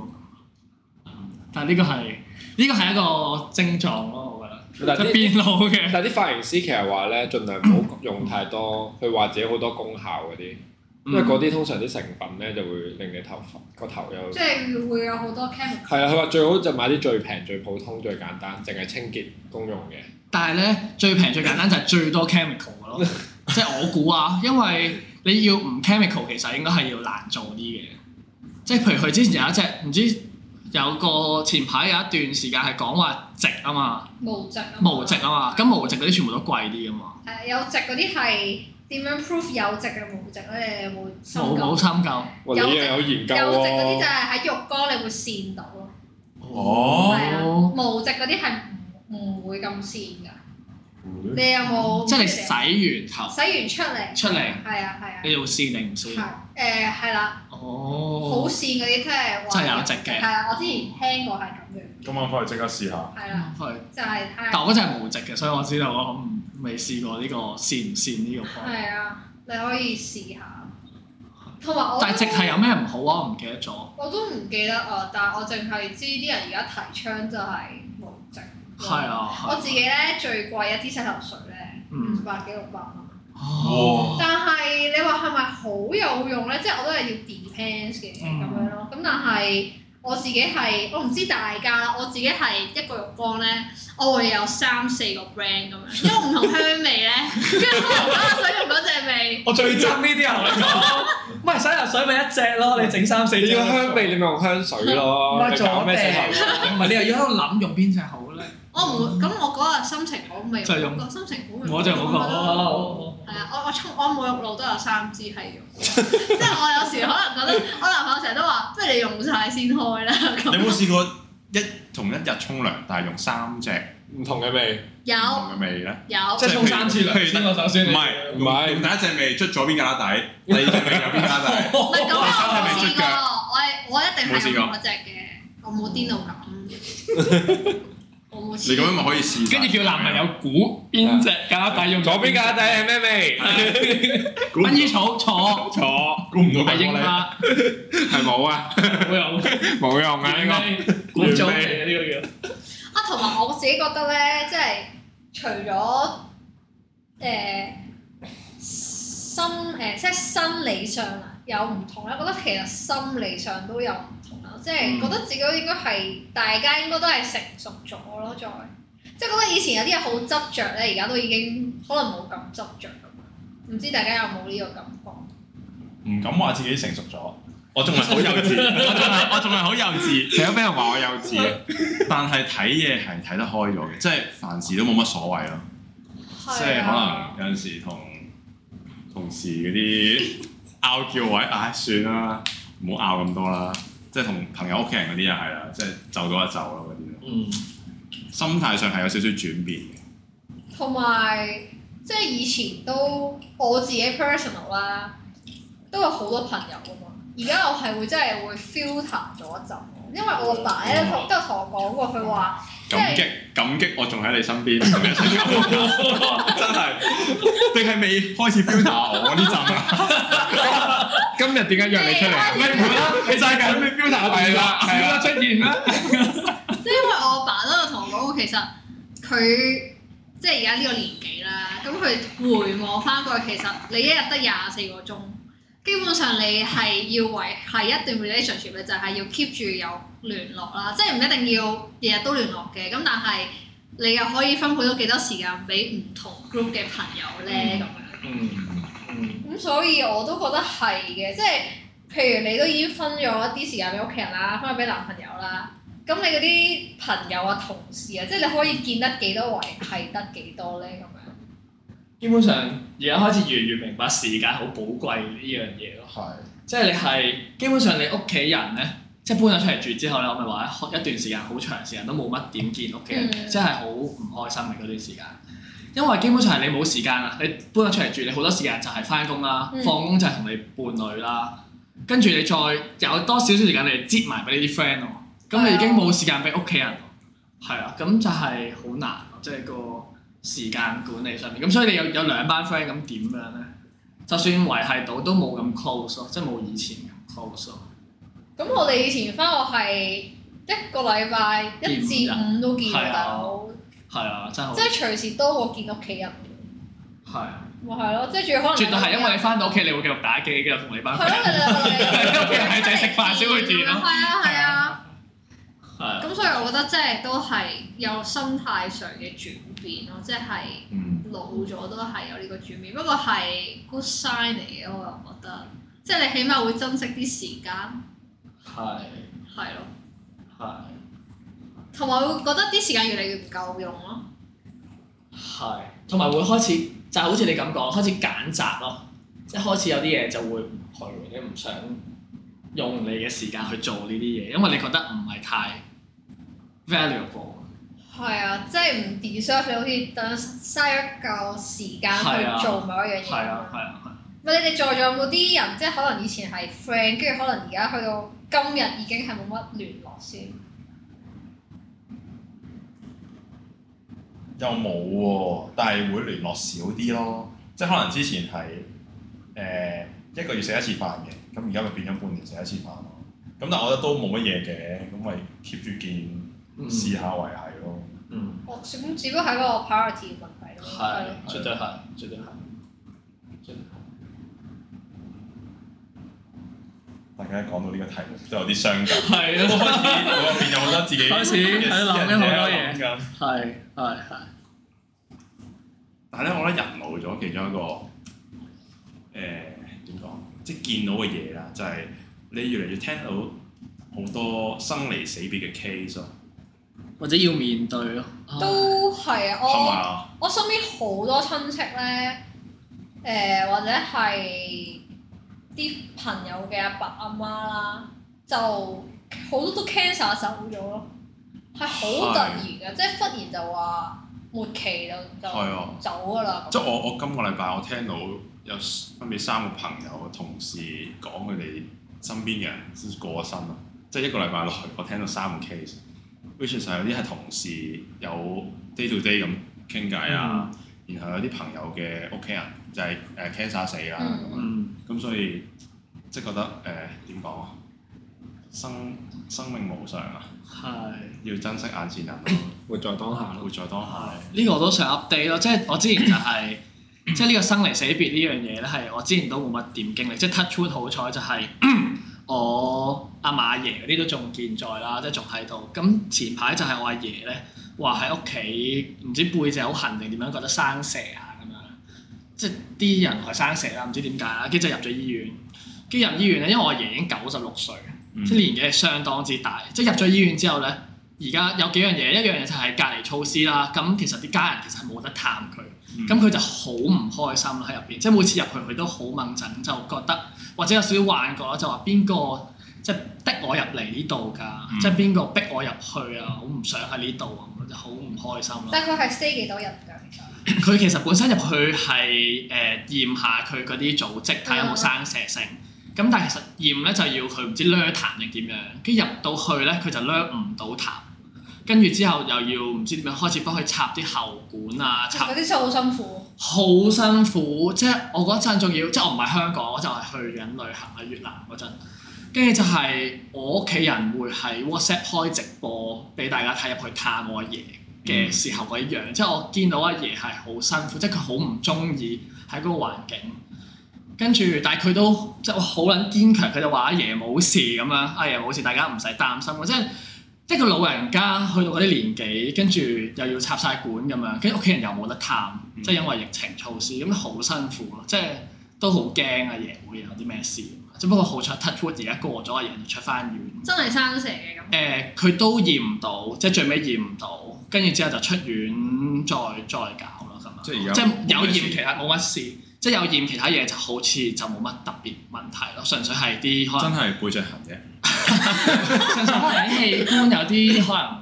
B: 但係呢個係呢個係一個症狀咯，我覺得
E: 但係呢
B: 即係變老嘅。
E: 但係啲髮型師其實話咧，盡量唔好用太多，佢話自己好多功效嗰啲，
B: 嗯
E: 因為嗰啲通常啲成分咧就會令你頭髮個頭又
A: 即係會有好多 chemical。
E: 係啦。佢話最好就買啲最平、最普通、最簡單，淨係清潔公用嘅。
B: 但係咧最平最簡單就係最多 chemical 嘅咯，即係我估啊，因為你要唔 chemical 其實應該係要難做啲嘅，即係譬如佢之前有一隻唔知有個前排有一段時間係講話植啊嘛，
A: 無值啊嘛
B: 無植啊嘛，咁無植嗰啲全部都貴啲啊嘛，
A: 誒有值嗰啲係點樣 proof 有值嘅冇值咧？你有冇深
B: 冇冇
A: 究？
B: 深究，
E: 哇！你又有啊研究
A: 有值嗰啲就
E: 喎，
A: 係喺浴缸你會跣到咯，
C: 哦
A: 係啊，無值嗰啲係唔唔會咁跣㗎。你有冇？啊
B: 即係你洗完頭
A: 洗完出嚟，
B: 出嚟，
A: 係啊係啊，
B: 你要試定唔試？
A: 係誒係啦，好
B: 哦，
A: 跣嗰啲即係
B: 真係有
A: 話，
B: 值嘅，
A: 係啊，我之前聽過係咁樣，
C: 今晚翻去即刻試下。
A: 係啦，就係睇下
B: 但我嗰隻係無植嘅，所以我知道我唔未試過呢個試唔試呢個方法。
A: 係啊，你可以試下。同埋我
B: 但係直
A: 都
B: 係有咩唔好啊？我唔記得咗。
A: 我都唔記得啊，但係我淨係知啲人而家提倡就係無值。
B: 係。啊，係
A: 我自己咧最貴一支洗頭水咧
B: 嗯
A: 五百幾六百蚊，
B: 哦，
A: 但係你話係咪好有用咧？即係我都係要 depends 嘅咁
B: 嗯
A: 樣咯。咁但係我自己係我唔知大家啦，我自己係一個浴缸咧，我會有三四個 brand 咁樣，因為唔同香味咧，跟住可能我想用嗰隻味。
B: 我最憎呢啲人嚟 [LAUGHS] 講，唔係洗頭水咪一隻咯，你整三四
E: 你
B: 隻
E: 要香味，你咪用香水
B: 唔 [LAUGHS]
E: 咯。
B: 係
E: 你
B: 做
E: 搞
B: 咩
E: 咩洗頭？
B: 唔係你又要喺度諗用邊隻好咧？
A: 我唔會，咁我嗰日心情好味，
B: 嗯就用
A: 我心情好味，
B: 我就冇講哦
A: 咯。
B: 啦。
A: 係啊，我我沖我沐浴露都有三支係用， [LAUGHS] 即係我有時可能覺得我男朋友成日都話，不如你用晒先開啦
C: 你
A: 咁。
C: 有冇試過一同一日沖涼，但係用三隻
E: 唔同嘅味，
A: 有
C: 唔同嘅味咧？
A: 有，
B: 即係沖三次涼先喎，首先
C: 唔係
E: 唔
C: 唔係，
E: 係
C: 用第一隻味出咗邊旮旯底，第二隻味有邊旮旯底。
B: 哦
A: 唔係咁我冇試
C: 出
A: 過
C: 腳，
A: 我係我一定係
C: 冇試過
A: 用嗰只嘅，我冇癲到咁，
C: [LAUGHS]
A: 我冇
C: 你
A: 試
C: 咁
A: 過。
C: 樣咪可以試晒。
B: 跟住叫男朋友估邊隻架底用
E: 左邊架底係咩味？
C: 估唔
B: 薰衣草錯，
E: 錯，
C: 估唔到
B: 係櫻
C: 係英 [LAUGHS] 啦。
B: [LAUGHS] 花，
D: 係冇啊，
B: 冇用
D: 冇
B: [LAUGHS]
D: 用啊呢
B: 個估中嘅呢
A: 啊，同埋我自己覺得咧，即係除咗誒、心誒、即係心理上啊有唔同咧，我覺得其實心理上都有唔同啦，即係
B: 嗯
A: 覺得自己應該係大家應該都係成熟咗咯，再即係覺得以前有啲嘢好執着咧，而家都已經可能冇咁執着咁，唔知大家有冇呢個感覺？
C: 唔敢話自己成熟咗，我仲係好幼稚，我仲係我仲係好幼稚，
D: 個，成日俾人話我幼稚啊。
C: 但係睇嘢係睇得開咗嘅，即係凡事都冇乜所謂咯。
A: 啊
C: 即係可能有陣時同同事嗰啲拗叫位，唉、算啦，唔好拗咁多啦。即係同朋友、屋企人嗰啲又係啦，即係就到就咯嗰啲咯。
B: 個嗯，
C: 心態上係有少少轉變嘅，
A: 同埋即係以前都我自己 personal 啦，都有好多朋友噶嘛。而家我係會真係會 filter 咗一陣，因為我阿爸咧都有同我講過，佢話即
C: 感激
A: 係
C: 感激我仲喺你身
D: [LAUGHS]
C: 邊，同你一齊搞真係定係未開始 filter 我呢陣啊？
D: 今日點解約你出嚟啊？
A: 你開始
D: 你就係咁你 f 係啦，係啦，
B: 出現啦。
A: 即係因為我阿爸都有同我講過，其實佢即係而家呢個年紀啦，咁佢回望翻過去，其實你一日得廿四個鐘，基本上你係要維係一段 relationship，你就係要 keep 住有聯絡啦，即係唔一定要日日都聯絡嘅，咁但係你又可以分配到幾多時間俾唔同 group 嘅朋友咧咁樣。
B: 嗯嗯。
A: 咁所以我都覺得係嘅，即係譬如你都已經分咗一啲時間俾屋企人啦，分咗俾男朋友啦，咁你嗰啲朋友啊、同事啊，即係你可以見得幾多位係得幾多咧咁樣。
B: 基本上而家開始越嚟越明白時間好寶貴呢樣嘢咯。
E: 係
B: 即係你係基本上你屋企人咧，即係搬咗出嚟住之後咧，我咪話一段時間好長時間都冇乜點見屋企人，
A: 嗯
B: 即係好唔開心嘅嗰段時間。因為基本上係你冇時間啊啦，你搬咗出嚟住，你好多時間就係翻工啦，
A: 嗯
B: 放工就係同你伴侶啦，跟住你再有多少少時間你係接埋俾你啲 friend 喎，咁你已經冇時間俾屋企人喎，係啊，咁就係好難咯，即係個時間管理上面。咁所以你有有兩班 friend 咁點樣咧？就算維係到都冇咁 close 咯，即係冇以前咁 close 咯。
A: 咁我哋以前翻學係一個禮拜一至五都見
B: 係啊
A: 大佬，
B: 係啊，真係好
A: 即係隨時多過見屋企人。
B: 係啊，
A: 咪係咯，即係仲要可能
B: 絕對係因為你翻到屋企，你會繼續打機，繼續同你班
A: 係
B: friend
A: 咯，你
B: 係
A: 哋
B: [LAUGHS] 屋企人係仔食飯先會見咯
A: 係啊係啊，
B: 係啊
A: 咁所以我覺得即係都係有心態上嘅轉變咯，即係
C: 嗯，
A: 老咗都係有呢個轉變，不過係 good sign 嚟嘅，我又覺得，即係你起碼會珍惜啲時間，
B: 係
A: 係咯，
B: 係
A: 同埋會覺得啲時間越嚟越唔夠用咯，
B: 係，同埋會開始就係好似你咁講，開始揀擇咯，即係開始有啲嘢就會唔去，你唔想用你嘅時間去做呢啲嘢，因為你覺得唔係太 valuable。
A: 係啊，即係唔 deserve 你好似等嘥一嚿時間
B: 係啊
A: 去做某一樣嘢。
B: 係啊係啊係啊，
A: 唔係你哋在座有冇啲人，即係可能以前係 friend，跟住可能而家去到今日已經係冇乜聯絡先。
C: 又冇喎，但係會聯絡少啲咯。即係可能之前係誒、一個月食一次飯嘅，咁而家咪變咗半年食一次飯咯。咁但係我覺得都冇乜嘢嘅，咁咪 keep 住見，
B: 嗯
C: 試下維係咯。
B: 嗯。
A: 我咁只不過係嗰個 priority 問題咯。
B: 係，
A: 咯
B: 絕對係，絕對係，絕對係。
C: 大家講到呢個題目都有啲相 [LAUGHS] 近，
B: 係啊
C: 都開始腦入邊有好多自己
B: 開始
C: 嘅私人
B: 喺度諗緊好多嘢
C: 嘢諗緊
B: 係係係，
C: 但係咧，我覺得人老咗其中一個誒點講，即係見到嘅嘢啦，就係、你越嚟越聽到好多生離死別嘅 case 啊咯，
B: 或者要面對咯。
A: 都係啊！
C: 係咪
A: 我
C: 啊？
A: 我身邊好多親戚咧，誒、或者係啲朋友嘅阿爸阿媽啦，就好多都 cancer 走咗咯，係好突然嘅，即係忽然就話末期就就
C: 係啊！
A: 走㗎啦。
C: 即係我我今個禮拜我聽到有分別三個朋友同事講佢哋身邊嘅人先過咗身咯，即係一個禮拜內我聽到三個 case，which is 係有啲係同事有 day to day 咁傾偈啊，然後有啲朋友嘅屋企人就係誒 cancer 死啦
A: 嗯
C: 咁樣。
B: 嗯，
C: 咁所以即係覺得誒點講啊？生生命無常啊，
B: 係。
C: 要珍惜眼前人啊
B: [COUGHS]
C: 咯，
E: 活在當下咯
C: 活。在當下。
B: 呢個我都想 update 咯，即係我之前就係、即係呢個生離死別呢樣嘢咧，係我之前都冇乜點經歷，即係 touch wood 好彩就係、我阿嫲阿爺嗰啲都仲健在啦，即係仲喺度。咁前排就係我阿爺咧話喺屋企唔知背脊好痕定點樣，覺得生蛇啊咁樣，即係啲人話生蛇啦，唔知點解啦，跟住就入咗醫院。跟住入醫院咧，因為我阿爺已經九十六歲，
C: 嗯
B: 即係年紀係相當之大。即係入咗醫院之後咧，而家有幾樣嘢，一樣嘢就係隔離措施啦。咁其實啲家人其實係冇得探佢。
C: 嗯
B: 咁佢就好唔開心啦喺入邊，即係每次入去佢都好掹陣，就覺得或者有少少幻覺啦，就話邊個即係逼我入嚟呢度㗎，
C: 嗯
B: 即係邊個逼我入去啊？我唔想喺呢度啊，我就好唔開心啦。
A: 但係佢係 stay 幾多日㗎？其實
B: 佢其實本身入去係誒、呃、驗下佢嗰啲組織，睇有冇生蛇性。咁但係其實驗咧就要佢唔知掠痰定點樣，跟住入到去咧佢就掠唔到痰，跟住之後又要唔知點樣開始幫佢插啲喉管啊，
A: 其
B: 插
A: 實嗰啲真係好辛苦。
B: 好辛苦，即係我嗰陣仲要，即係我唔係香港，我就係去緊旅行啊越南嗰陣，跟住就係我屋企人會喺 WhatsApp 開直播俾大家睇入去探我阿爺嘅時候嗰一樣，即係我見到阿爺係好辛苦，即係佢好唔中意喺嗰個環境。跟住，但係佢都即係好撚堅強，佢就話阿爺冇事咁樣，阿爺冇事，大家唔使擔心。即係即係個老人家去到嗰啲年紀，跟住又要插晒管咁樣，跟住屋企人又冇得探，
C: 嗯
B: 即係因為疫情措施，咁好辛苦咯。即係都好驚啊阿爺會有啲咩事，只不過好彩 touch wood 而家過咗，阿爺就出翻院。
A: 真係生蛇嘅咁。
B: 誒、佢都驗唔到，即係最尾驗唔到，跟住之後就出院再再搞啦咁樣。
C: 即係而
B: 即
C: 家
B: 係有驗其他冇乜事，即係有驗其他嘢就好似就冇乜特別問題咯，純粹係啲可
C: 真
B: 能
C: 係背脊痕嘅，
B: 純粹可能啲器官有啲可能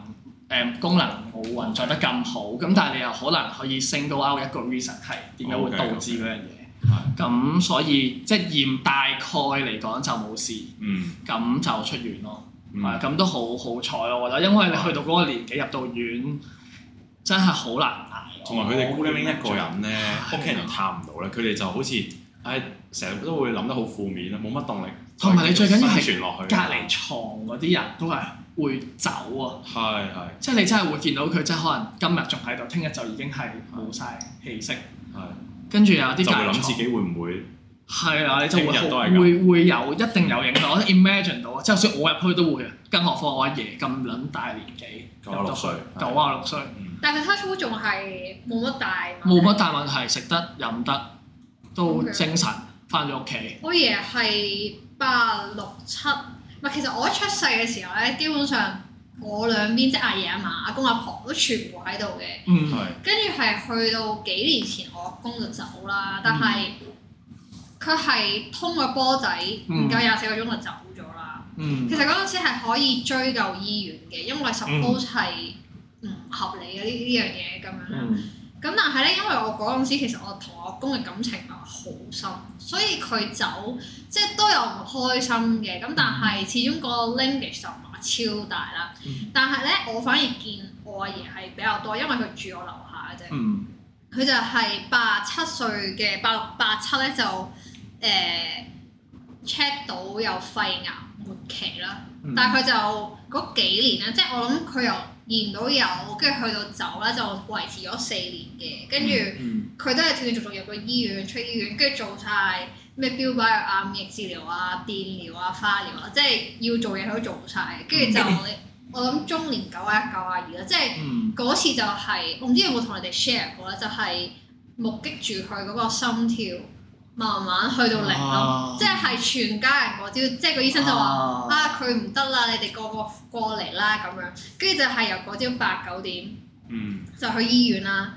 B: 誒、功能冇運作得咁好，咁但係你又可能可以 single out 一個 reason 係點解會導致嗰樣嘢，咁所以即係驗大概嚟講就冇事，
C: 嗯，
B: 咁就出院咯。
C: 嗯
B: 係咁都好好彩咯，我覺得，因為你去到嗰個年紀入到院，真係好難捱。
C: 同埋佢哋孤零零一個人咧，屋企
B: 啊
C: 人又探唔到咧，佢哋就好似唉，成日都會諗得好負面啊啦，冇乜動力。
B: 同埋你最緊要係
C: 生存落去
B: 隔離床嗰啲人都係會走啊，
C: 係係
B: 即係你真係會見到佢，即係可能今日仲喺度，聽日就已經係冇晒氣息，
C: 係，
B: 跟住有啲
C: 就
B: 隔
C: 會
B: 離
C: 諗自
B: 床
C: 己會唔會
B: 係啦，你就會
C: 聽日都
B: 好
C: 係咁
B: 會會有一定有影響，我 imagine 到啊，即係就算我入去都會啊，更何況我阿爺咁撚大年紀，
C: 九啊六歲
B: 入到去九啊六歲，
A: 但係佢 touch wood 仲係冇乜大問題
B: 冇乜大問題，食得飲得都
A: Okay
B: 精神，翻咗屋企。
A: 我爺係八六七，唔係其實我一出世嘅時候咧，基本上我兩邊即係阿爺阿嫲、阿公阿婆都全部喺度嘅。
B: 嗯，
C: 係
A: 跟住係去到幾年前，我阿公就走啦，但係佢係通咗波仔，唔夠廿四個鐘就走咗啦。
B: 嗯
A: 其實嗰陣時係可以追究醫院嘅，因為 suppose 係唔合理嘅呢呢樣嘢咁樣啦。
B: 嗯
A: 咁但係咧，因為我嗰陣時其實我同我阿公嘅感情唔係好深，所以佢走即係都有唔開心嘅。咁但係始終個 linkage 就唔係超大啦。
B: 嗯
A: 但係咧，我反而見我阿爺係比較多，因為佢住我樓下嘅啫。
B: 嗯
A: 佢就係八七歲嘅八六八七咧就誒 check 到有肺癌末期啦，
B: 嗯
A: 但係佢就嗰幾年咧，即係我諗佢由驗到有，跟住去到走啦，就維持咗四年嘅，跟住
B: 嗯
A: 佢都係斷斷續續入咗醫院、出醫院，跟住做晒咩標靶藥啊、免疫治療啊、電療啊、化療啊，即係要做嘢佢都做晒。跟住就我諗中年九啊一、九啊二啦，即係。
B: 嗯
A: 嗰次就係、我唔知有冇同你哋 share 過啦，就係、目擊住佢嗰個心跳慢慢去到零咯
B: 啊，
A: 即係全家人嗰朝，即係個醫生就話
B: 啊
A: 啊佢唔得啦，你哋個個過嚟啦咁樣，跟住就係由嗰朝八九點
C: 嗯
A: 就去醫院啦，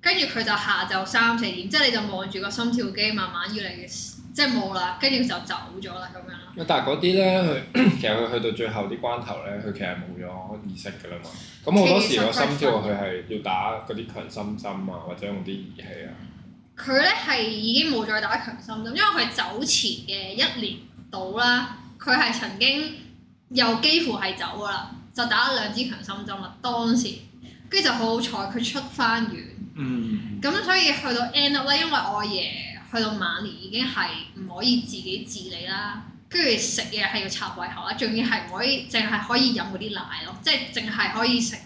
A: 跟住佢就下晝三四點，即係你就望住個心跳機慢慢越嚟越即係冇啦，跟住就走咗啦咁樣啦。
E: 但係嗰啲咧，佢其實佢去到最後啲關頭咧，佢其實冇咗意識㗎啦嘛。咁好多時個心跳佢係要打嗰啲強心針啊，或者用啲儀器啊。
A: 佢咧係已經冇再打強心針，因為佢走前嘅一年到啦，佢係曾經又幾乎係走噶啦，就打咗兩支強心針啦。當時跟住就好好彩，佢出翻院。
B: 嗯
A: 咁所以去到 end up 咧，因為我阿爺去到晚年已經係唔可以自己自理啦，跟住食嘢係要插胃喉啦，仲要係唔可以淨係可以飲嗰啲奶咯，即係淨係可以食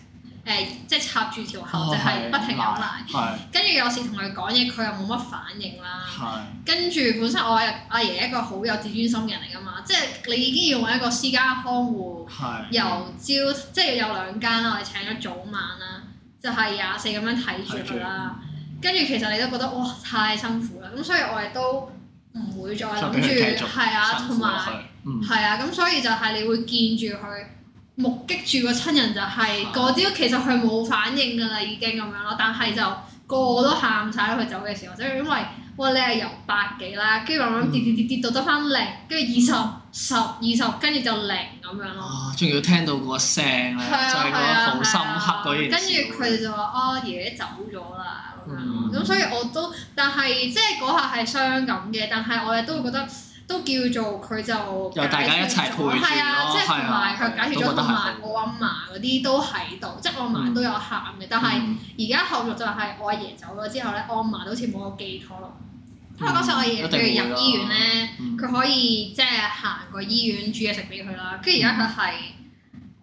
A: 誒、即係插住條喉，
B: 哦
A: 就係不停飲奶。
B: 係
A: 跟住有時同佢講嘢，佢又冇乜反應啦。
B: 係
A: 跟住本身我阿阿爺一個好有自尊心嘅人嚟噶嘛，即係你已經要揾一個私家看護，
B: 係
A: 由朝即係有兩間啦，我哋請咗早晚啦，就係廿四咁樣睇住佢啦。跟住其實你都覺得哇太辛苦啦，咁所以我哋都唔會再諗
B: 就俾佢
A: 住
B: 繼續
A: 係啊，同埋。
B: 嗯
A: 係啊，咁所以就係你會見住佢目擊住個親人就係
B: 係
A: 嗰朝，其實佢冇反應㗎啦，已經咁樣咯。但係就個個都喊晒啦，佢走嘅時候，即係因為哇，你係由百幾啦，跟住慢慢跌跌跌跌到得翻零，跟住二十、十、二十，跟住就零咁樣咯。
B: 啊，仲要聽到個聲咧，就
A: 係啊係
B: 係個
A: 啊
B: 好深刻嗰
A: 係啊
B: 件
A: 跟
B: 事
A: 住佢哋就話：哦，爺爺走咗啦咁樣咯。
B: 嗯
A: 咁所以我都，但係即係嗰下係傷感嘅，但係我哋都會覺得都叫做佢就
B: 又大家一齊陪住咯
A: 係啊，即係同埋
B: 係啊
A: 佢解決咗，
B: 都覺得
A: 同
B: 係
A: 埋我阿嫲嗰啲都喺度，即係我阿嫲都有喊嘅。但係
B: 嗯
A: 而家後續就係我阿爺走咗之後咧，我阿嫲都好似冇個寄託咯。因為嗰時我阿爺
B: 嗯一定
A: 譬
B: 會
A: 如入
B: 啦
A: 醫院咧。
B: 嗯
A: 佢可以即係行過醫院煮嘢食俾佢啦，跟住而家佢係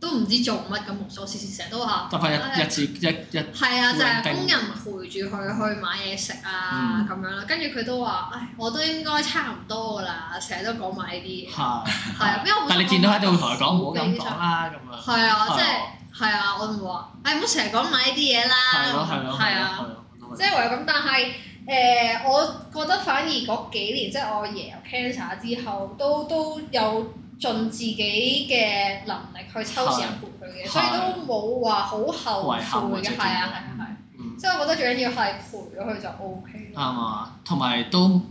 A: 都唔知做乜咁無所事事，成日都話
B: 得翻
A: 啊
B: 一一支一一
A: 係啊，就係
B: 定
A: 工人陪住佢去買嘢食
B: 嗯
A: 啊咁樣啦，跟住佢都話：唉，我都應該差唔多噶啦，成日都講埋呢啲嘢，
B: 係，
A: 係啊，因為我
B: 但係你見到喺度會同佢講唔好咁講啦，咁樣
A: 係啊，即
B: 係
A: 係係啊，我唔話，唉，唔好成日講買呢啲嘢
B: 係咯
A: 啦，
B: 係咯
A: 係
B: 係
A: 啊。
B: 咯，我都
A: 即
B: 覺得
A: 係唯有咁，但係誒、呃我覺得反而嗰幾年，即係我爺有 cancer 之後，都都有盡自己嘅能力去抽時間陪佢嘅，
B: 係
A: 所以都冇話好後
B: 遺憾
A: 悔
B: 或
A: 嘅，
B: 者
A: 係啊係啊係啊。
B: 嗯
A: 即係我覺得最緊要係陪咗佢就 O K
B: 啱。啊，同埋都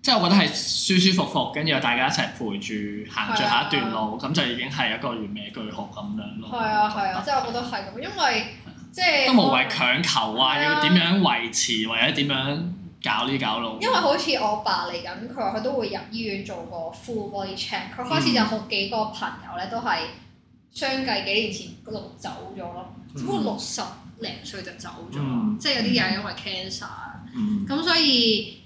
B: 即係我覺得係舒舒服服，跟住大家一齊陪住行最後一段路，咁就已經係一個完美嘅句號咁樣
A: 啊
B: 咯。
A: 係啊係啊，即係我覺得係咁，因為即係
B: 都無謂強求啊，
A: 係啊
B: 要點樣維持或者點樣搞呢搞路。
A: 因為好似我爸嚟緊，佢話佢都會入醫院做個 full body check。佢開始有好幾個朋友咧，都係相繼幾年前嗰度走咗咯，只不過六十零歲就走咗，
B: 嗯
A: 即係有啲又係因為 cancer 啊。
B: 嗯
A: 咁所以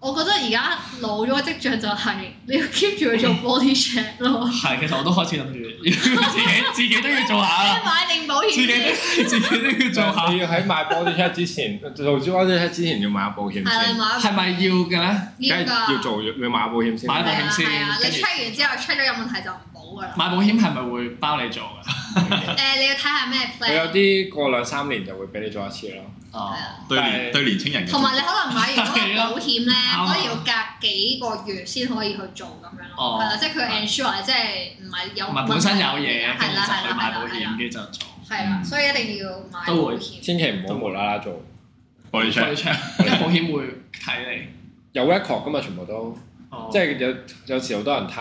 A: 我覺得而家老咗嘅跡象就係你要 keep 住去做 body check 咯，
B: 係，其實我都開始諗住 [LAUGHS] 要自己自己都要做下
A: 即 [LAUGHS]
B: 啦
A: 係，買定保險
B: 自己
A: 先。
B: 都自己都要做下。
E: 你要喺買 body check 之前，做 body check 之前要買下保險
A: 係啦，
E: 先，
A: 買
B: 係咪要嘅咧？
E: 梗
A: 要
E: 係
A: 㗎
E: 要。做要買保險先。
B: 買
A: 係
B: 保
A: 啊
B: 險先
A: 係啊，你
B: 跟住
A: check 完之後 check 咗有問題就唔好㗎啦。
B: 買保險係咪會包你做
A: 啊
B: 㗎？
A: 誒，你要睇下咩
E: 佢有
A: plan。
E: 啲過兩三年就會俾你做一次咯。
B: 哦
A: 係，啊。
C: 對年對年青人嘅
A: 同埋你可能買完嗰個保險咧，
B: 係咯啊
A: 可能要隔幾個月先可以去做咁樣
B: 哦
A: 咯，係啦，即係佢 ensure 即係唔係有
B: 唔係本身有嘢，跟
A: 係
B: 住
A: 啦係
B: 就去
A: 啦
B: 買
A: 係
B: 保
A: 啦係
B: 險，
A: 啦，
B: 跟住就做。
A: 係啦，所以一定要買保
B: 嗯都會
A: 險。
E: 千祈唔好無啦啦做，
C: body
B: 保險
C: check
E: [LAUGHS]
B: check，因為保險會睇你。
E: 有 record 噶嘛，全部都，
B: 哦
E: 即係有有時好多人貪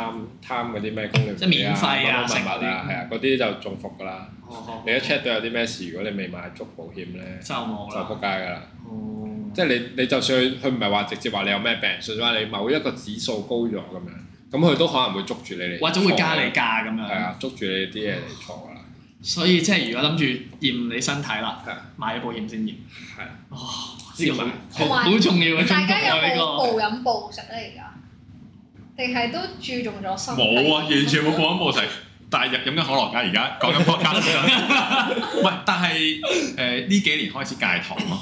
E: 貪嗰啲咩公聯
B: 即係免費啊
E: 乜乜物物啊，
B: 食嗰啲
E: 係啊，嗰啲就中伏噶啦。
B: 哦
E: 你一 check 到有啲咩事，如果你未買足保險咧，
B: 就冇
E: 就撲
B: 啦。
E: 街㗎啦。
B: 哦
E: 即係你你就算佢佢唔係話直接話你有咩病，純粹話你某一個指數高咗咁樣，咁佢都可能會捉住你嚟，
B: 或者會加你，價咁
E: 係
B: 樣，
E: 啊，捉住你啲嘢嚟錯㗎啦，
B: 所以即係如果諗住驗你身體啦
E: 係啊，
B: 買保險先驗。
E: 係啊。
B: 哦，呢個好
A: 同埋
B: 好重要嘅中
A: 大
B: 毒
A: 家有
B: 啊！呢
A: 冇暴
B: 個
A: 飲暴食咧？而家定哦係都注重咗身體？
C: 冇啊，完全冇保。飲暴食，但係飲飲緊可樂㗎而家，講緊 podcast 唔係，但係誒呢幾年開始戒糖咯，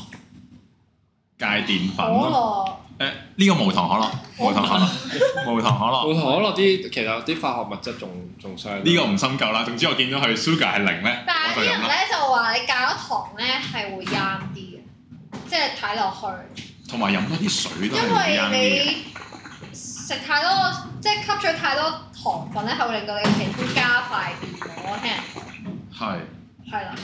C: 戒澱粉
A: 可
C: 咯，
A: 樂
C: 誒呢個無糖可樂，
A: [LAUGHS]
C: 無糖可樂，無糖可
B: 哦
C: 樂。
E: 冇可樂啲其實啲化學物質仲仲傷啊
C: 呢個唔深究啦，總之我見到佢 sugar 係零咧，
A: 但係
C: 我
A: 啲
C: 就飲
A: 人
C: 啦。
A: 咧就話你戒咗糖咧係會啱啲嘅，即係睇落去。
C: 同埋飲多啲水都
A: 因
C: 係會啱啲嘅。
A: 為你食太多，即係吸取太多糖分咧，係會令到你皮膚加快變老。我聽人
C: 係
A: 講係啦，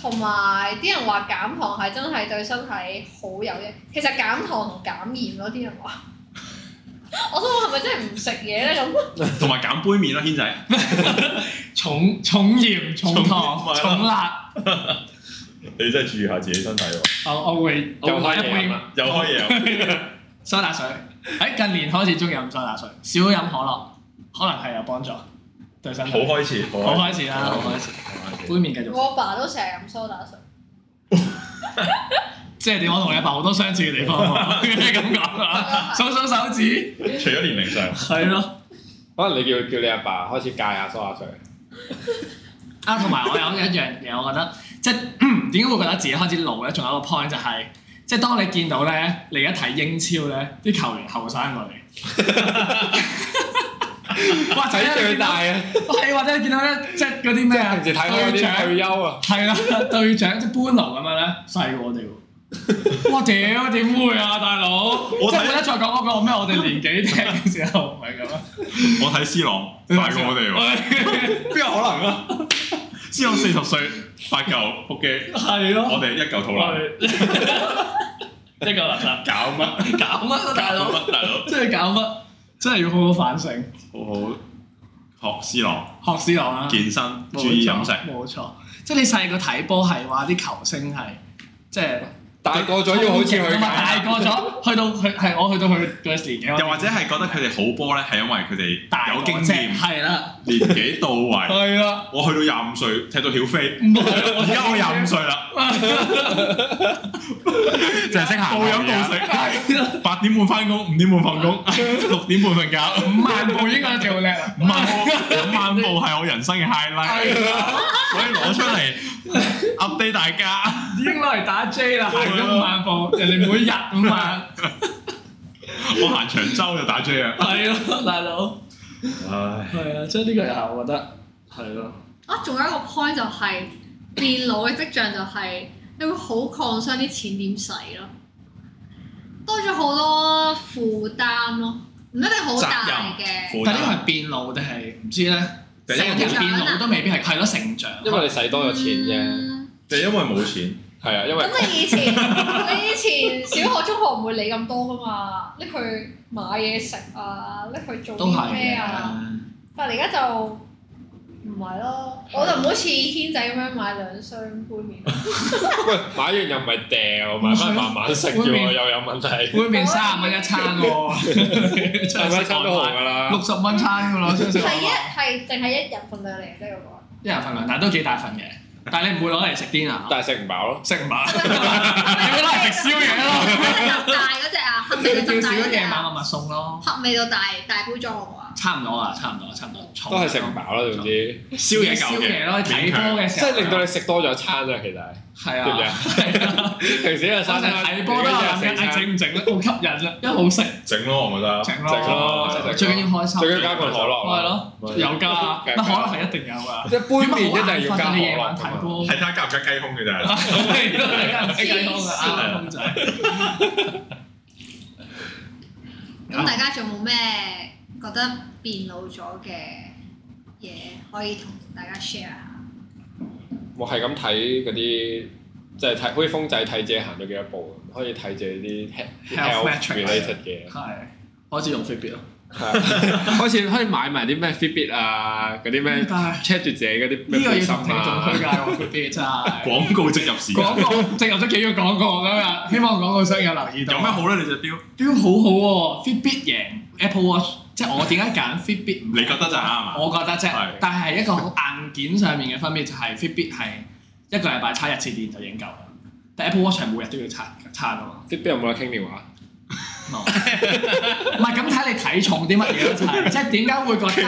A: 同埋啲人話減糖係真係對身體好有益。其實減糖同減鹽咯，啲人話。 [LAUGHS] 我都話係咪真係唔食嘢咧咁？
C: 同埋減杯麵啦，軒仔。
B: 重重鹽、重啊糖
C: 重、鹽
B: 重辣，
C: 你真係注意下自己身體喎，
B: 我我會我
E: 又啊
B: 會買一
E: 開嘢飲
B: 杯
E: 啦
C: 又開嘢又
B: 蘇打水。喺近年開始中意飲蘇打水，少飲可樂，可能係有幫助對身體。
C: 好開始，好
B: 好
C: 開
B: 開始啦，好開始。杯
C: 始。
B: 麵繼續，
A: 我阿爸都成日飲蘇打水，
B: 即係點？我同你阿爸好多相似嘅地方喎， [LAUGHS] 咁講啊，數數手指，
C: 除咗年齡上，
B: 係咯。
E: 可能你叫叫你阿爸開始戒下蘇打水，
B: 啊，同埋我有一樣嘢，我覺得即係嗯點解會覺得自己開始老咧？仲有一個 point 就係、即係當你見到咧，你而家睇英超咧，啲球員後生過你，
E: [LAUGHS]
B: 或者
E: 仔
B: 你
E: 最
B: 見到
E: 大啊！
B: 係或者你見到咧，即係嗰啲咩啊，
E: 平時睇開嗰
B: 隊長
E: 啲退休啊，
B: 係啦，隊長即係班奴咁樣咧，細過我哋喎。
E: [LAUGHS]
B: 哇屌，點會啊，大佬！
C: 睇
B: 即係冇得再講嗰個咩，我哋年紀輕嘅時候唔係咁啊，
C: 我睇 C 朗大過我哋喎，邊有可能啊？C 朗四十歲，八嚿腹肌，
B: [LAUGHS] 係咯，
C: 我哋一嚿肚腩，
B: 一個垃圾，
C: 搞乜？
B: 搞乜啊， [LAUGHS] 大佬
C: 搞？乜大佬？
B: 真係搞乜？真係要好好反省，
C: 好好學 C 朗
B: 學思朗啦，
C: 健身，
B: 冇
C: 注意
B: 錯
C: 飲食。
B: 冇錯，即係你細個睇波係話啲球星係即係
E: 大個咗要好似佢
B: 咁啊大
E: 咁，
B: 個咗，去到佢係我去到佢嘅年紀，
C: 又或者係覺得佢哋好波咧，係因為佢
B: 大
C: 哋有
B: 個
C: 經
B: 啫
C: 驗，
B: 係啦，
C: 年紀到位。
B: 係啦，
C: 我去到廿五歲踢到曉飛，
B: 唔係
C: 而家我廿五
B: [LAUGHS]
C: 歲啦，
F: 就係識
B: 啊
F: 行
C: 暴飲暴食，係八點半翻工，五點半放
B: [LAUGHS]
C: 工，六點半瞓覺，
B: 五萬步應該最好叻啦，
C: 五萬步，五萬步係我人生嘅 highlight，所以攞出嚟 update 大家。
B: 已經攞嚟打 J 啦，行
C: 啊
B: 咗五萬步，人哋每日五萬，
C: 我行長洲就打 J 啊，
B: 係咯，大佬，
C: 唉，
B: 係啊，即係呢個又係我覺得係咯，
A: 啊，仲有一個 point 就係變老嘅跡象就係你會好 concern 啲錢點使咯，多咗好多負擔咯，唔一定好大嘅，
B: 但呢個係變老定係唔知咧，
C: 第一
B: 成
C: 個
B: 日變老都未必係係咯成長，
E: 因為你使多咗錢啫。
A: 嗯
C: 就因為冇錢，
E: 係啊，因
B: [LAUGHS]
E: 為
G: 咁你以前你以前小學、中學唔會理咁多噶嘛，拎佢買嘢食啊，拎佢做
B: 都係
G: 啲咩啊？
B: 嘅。
G: 但係而家就唔係咯，我就唔好似軒仔咁樣買兩箱杯麪。
E: 喂買完又唔係掉，買翻慢慢食啫
B: 會
E: 喎，
B: 面
E: 又有問題。
B: 杯麵三十蚊一餐
G: [LAUGHS]
B: 喎，出
E: 大家
B: 去食
E: 餐都好
B: 外
E: 㗎
B: 賣
E: 啦
B: 六，十蚊餐 [LAUGHS] 㗎啦，相信
G: 係一啊係淨係一人份量嚟嘅啫，我
B: 一人份量，但係都幾大份嘅。但係你唔會攞嚟食 dinner，
E: 但係食唔飽咯。
B: 食唔飽，你會攞嚟食宵夜咯。
A: 特大嗰只啊，黑味
B: 你
A: 就
B: 叫
A: 大
B: 宵
A: 嗰只
B: 夜買
A: 啊，
B: 個麥餸咯，
A: 黑味到大大杯裝我啊，
B: 差唔多啊，差唔多，差唔多。
E: 都係食唔飽咯，總之，
B: 哦
C: 宵夜夠
B: 宵夜
C: 嘅，
B: 咯，睇波嘅
E: 即
B: 時候，
E: 係啊令到你食多咗一餐啫。其實
B: [LAUGHS]
E: 係，
B: 係
E: 知唔知
B: 啊
E: 啊。
B: 係啊
E: 平時一日
B: 我
E: 三
B: 成日
E: 餐，
B: 睇波都有諗緊，唉整唔整咧？好吸引啊，因為好食，
C: 整咯，我覺得。
B: 整
E: 整哦咯
B: 咯，最緊要開心。
E: 最緊要加罐可樂
B: 係
E: 啦。
B: 咯，有加，乜可樂係一定有㗎。
E: 即係杯麵一定要加可
B: 你夜晚
E: 樂㗎
B: 睇
E: 嘛。
B: 波，
C: 係睇下夾唔夾雞胸嘅咋。
B: 啊係都係啊雞胸㗎，啱公仔。
A: 咁大家仲有冇咩覺得變老咗嘅嘢可以同大家 share 下？
E: 我係咁睇嗰啲，即係睇好似風仔睇自己行咗幾多步咁，可以睇自己啲
B: Health
E: health
B: metrics
E: related 嘅嘢。
B: 係啊開始用 Fitbit 咯，
E: 係啊
D: 開始可以買埋啲咩 Fitbit 啊，嗰啲咩
B: 嗯但係
D: check 住自己嗰啲
B: 呢
D: 咩
B: 個
D: 背
B: 要
D: 心
B: 同聽眾
D: 啊。
B: 推介喎 Fitbit 真係。
C: 廣告植入時間。
B: 廣告正入咗幾個廣告咁樣，希望廣告商有留意到。
C: 有咩好咧？你隻錶？
B: 錶好好喎，Fitbit 贏 Apple Watch，即係我點解揀 Fitbit 唔
C: 你覺得就啱啊？
B: 我覺得啫
C: 係，
B: 但係一個好硬件上面嘅分別就係 Fitbit 係一個禮拜插一次電就已經夠啦，但 Apple Watch 係每日都要插插噶嘛。
E: Fitbit 有冇得傾電話？
B: No [LAUGHS] 唔係咁睇你睇重啲乜嘢咯，就係即係點解會 [LAUGHS] 覺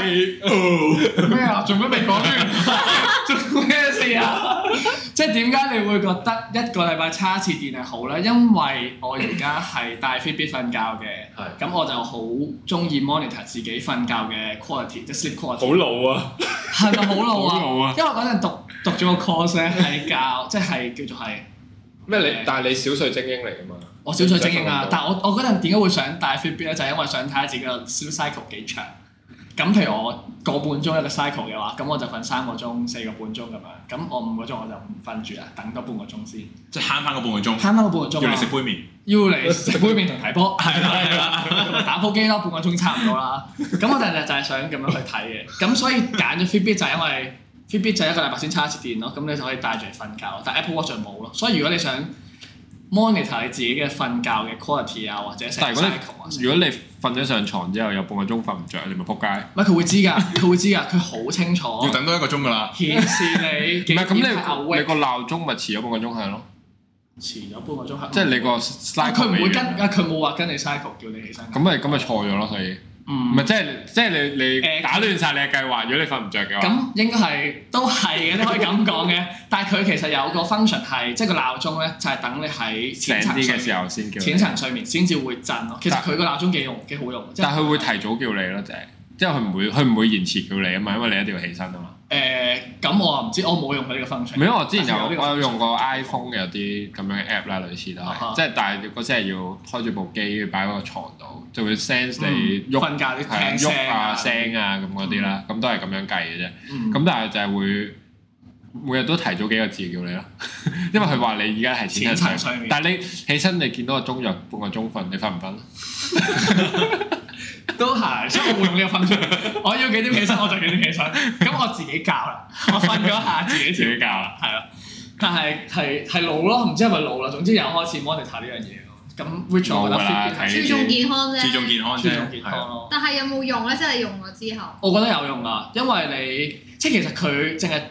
B: 得咩啊？ [LAUGHS] 做乜未講完？做咩事啊？ [LAUGHS] 即係點解你會覺得一個禮拜插一次電係好咧？因為我而家係戴 Fitbit 瞓覺嘅，咁我就好中意 monitor 自己瞓覺嘅 quality，即係 sleep quality。
E: 好老啊！
B: 係咪好老啊？
D: 好老啊
B: 因為嗰陣讀讀咗個 course 咧，係教即係叫做係
E: 咩你？但係你小睡精英嚟㗎嘛？
B: 我小水精英啊
E: 唔使瞓咁多！
B: 但係我我嗰陣點解會想戴 Fitbit 咧？就係因為想睇下自己個 sleep cycle 幾長。咁譬如我個半鐘一個 cycle 嘅話，咁我就瞓三個鐘、四個半鐘咁樣。咁我五個鐘我就唔瞓住啦，等多半個鐘先，
C: 即係慳翻個半個鐘
B: 慳，翻個半個鐘
C: 要
B: 啊
C: 你食杯麵。
B: 要嚟食杯麵同
D: [LAUGHS]
B: 睇波，係啦係啦，打波機啦，半個鐘差唔多啦。咁我第日就係想咁樣去睇嘅，咁所以揀咗 Fitbit 就係因為 Fitbit 就係一個禮拜先插一次電咯，咁你就可以帶住嚟瞓覺，但 Apple Watch 就冇咯。所以如果你想 monitor 你自己嘅瞓覺嘅 quality 啊，或者成
D: [LAUGHS] 但係如
B: cycle
D: 果
B: 啊，成
D: 如果你瞓咗上床之後有半個鐘瞓唔着，你咪撲街。
B: 唔係佢會知㗎，
D: [LAUGHS]
B: 佢會知㗎，佢好清楚
C: 要等多一個鐘㗎啦。
B: 顯示你
D: 唔
B: 幾
D: 係咁
B: 點係 awake
D: 你你個鬧鐘咪遲咗半個鐘響咯，
B: 遲咗半個鐘，
D: 即係你個
B: 但
D: cycle
B: 哦佢唔會
D: 未
B: 跟
D: 完
B: 啊，佢冇話跟你 cycle 叫你起身。
D: 咁啊咪咁咪錯咗咯，所以唔
B: 唔
D: 係即係即係你
B: 嗯誒
D: 你打亂晒你嘅計劃，如果你瞓唔着嘅話，
B: 咁應該係都係嘅，你可以咁講嘅。但係佢其實有個 function 係，即係個鬧鐘咧，就係等你喺
D: 醒
B: 淺層
D: 啲嘅
B: 睡
D: 時
B: 眠、
D: 候先叫你嗯
B: 淺。層睡眠先至會震咯。其實佢個鬧鐘幾用幾好用，即係
D: 但係佢會提早叫你咯，就係即係佢唔會佢唔會延遲叫你啊嘛，因為你一定要起身啊嘛。
B: 誒咁，我啊唔知我冇用佢呢個
D: 唔
B: function。
D: 係因為我之前
B: 但係呢
D: 有
B: 個嗯
D: 我有用過 iPhone 嘅有啲咁樣嘅 app 啦，類似都
B: 啊哈
D: 係即係但係嗰隻係要開住部機擺喺個床度，就會 sense
B: 嗯
D: 你喐
B: 瞓覺啲
D: 係啊
B: 聽
D: 喐啊
B: 聲
D: 聲啊咁嗰啲啦，咁都係咁樣計嘅啫。
B: 嗯
D: 咁但係就係會每日都提早幾個字叫你咯， [LAUGHS] 因為佢話你而家係淺
B: 淺層
D: 層
B: 睡
D: 睡
B: 眠
D: 眠，但係你起身你見到個鐘就半個鐘瞓，你瞓唔瞓？
B: 都係，所以我會用呢
D: [LAUGHS]
B: 個 function。我要幾點起身我就幾點起身，咁我自己教啦，我瞓咗一下自己調
D: 自己教啦，
B: 係啦。但係係係老咯，唔知係咪老啦，總之又開始 monitor 呢樣嘢咯。咁 which
D: 老
B: 我覺得
D: 㗎啦
B: Fitbit 係
D: 睇
A: 注重健康啫，
C: 注重健康
B: 注重健
C: 啫，
B: 康
C: 係啊。
B: 咯。
A: 但係有冇用咧？即係你用咗之後，
B: 我覺得有用啊，因為你即係其實佢淨係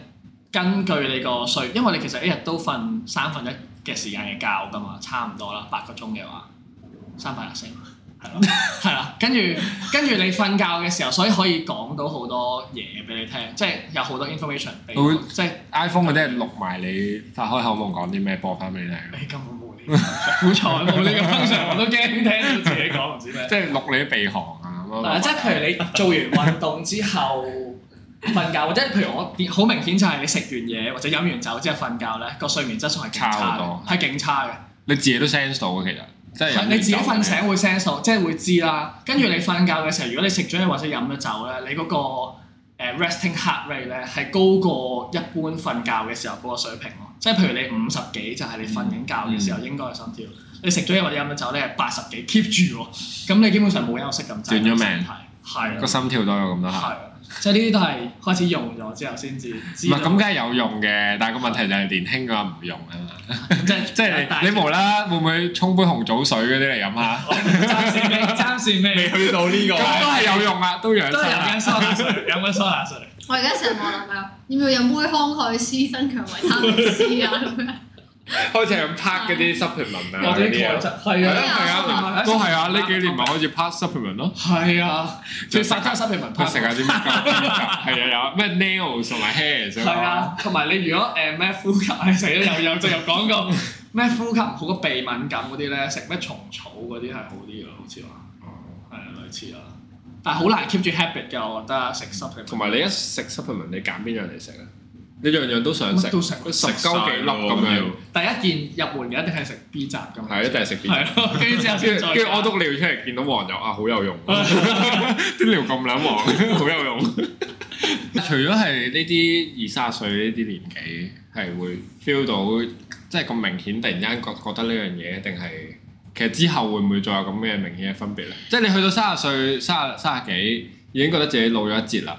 B: 根據你個睡，因為你其實一日都瞓三分一嘅時間嘅覺㗎嘛，差唔多啦，八個鐘嘅話，三百廿四，係咯，係啦，跟住跟住你瞓覺嘅時候，所以可以講到好多嘢俾你聽，即係有好多 information 俾我
D: 會，
B: 即係
D: iPhone 嗰啲係錄埋你發開口夢講啲咩，播翻俾你聽，
B: 你根本哎冇呢個好彩冇呢個 function，我都驚聽到自己講唔知咩。
D: 即係錄你啲鼻鼾啊咁
B: 啊
D: 樣。
B: 即係譬如你做完運動之後瞓覺，或者譬如我見好明顯就係你食完嘢或者飲完酒之後瞓覺咧，個睡眠質素係勁
D: 差
B: 差
D: 好多
B: 嘅，係勁差嘅。
D: 你自己都 sense 到嘅，其實即係有
B: 你自己
D: 研究
B: 瞓醒會 sense 到，即係會知啦。跟住你瞓覺嘅時候，如果你食咗嘢或者飲咗酒咧，你嗰個誒 resting heart rate 咧係高過一般瞓覺嘅時候嗰個水平咯。即係譬如你五十幾就係你瞓緊覺嘅
D: 嗯
B: 時候應該嘅心跳，你食咗嘢或者飲咗酒咧係八十幾 keep 住喎，咁你基本上冇休息咁滯。
E: 斷咗命
B: 身體，係
E: 個
B: 啊，
E: 心跳都有咁多
B: 係
E: 下。
B: 啊，即係呢啲都係開始用咗之後先至
E: 唔
B: 知道。
E: 係咁，梗係有用嘅，但係個問題就係年輕嘅話唔用啊嘛。
B: 即係
E: [LAUGHS] 即係你你無啦啦會唔會沖杯紅棗水嗰啲嚟飲下？
B: 暫時未，暫時未，
C: 去到呢個
E: 咁都
C: 位，
E: 係有用啊，都養
B: 都係
E: 生
B: 飲
E: 啊
B: 緊。蘇打水，
E: [LAUGHS]
B: 飲緊蘇打水。
A: 我而家成日望男朋友，要唔要飲杯康蓋斯增強維他命 C 啊咁樣？
H: 開始咁拍嗰啲 supplement
B: 有
H: 啊嗰啲
B: 啲鈣
H: 啊，
B: 質係
E: 係
B: 啊
E: 啊係啊，都係啊！呢幾年咪開始 pass supplement 咯，
B: 係啊，最發生濕皮文
E: 去食下啲咩係啊，有咩 nails 同埋 hair
B: 係啊，同埋你如果誒咩呼吸係死啦，又有就又
E: [LAUGHS]
B: 講過咩呼吸唔好個鼻敏感嗰啲咧，食咩蟲草嗰啲係好啲嘅，好似話係啊類似啦，但係好難 keep 住 habit 嘅，我覺得食濕皮
H: 同埋你一食 supplement，你揀邊樣嚟食啊？你樣樣都想食
B: 乜，都食
H: 十鳩幾粒咁
E: 食晒
H: 樣
E: 咯，
B: 第一件入門嘅一定係食 B 雜㗎嘛，
H: 係一定係食邊？
B: 係咯，跟住之後
H: 跟
B: 先
H: 住
B: 再
H: 跟住我督尿出嚟，見到黃油啊，好有用， [LAUGHS] 啲尿咁撚黃，好有用。
E: 除咗係呢啲二卅歲呢啲年紀係會 feel 到，即係咁明顯，突然間覺覺得呢樣嘢，定係其實之後會唔會再有咁嘅明顯嘅分別咧？即係你去到三十歲、三三十幾已經覺得自己老咗一截啦。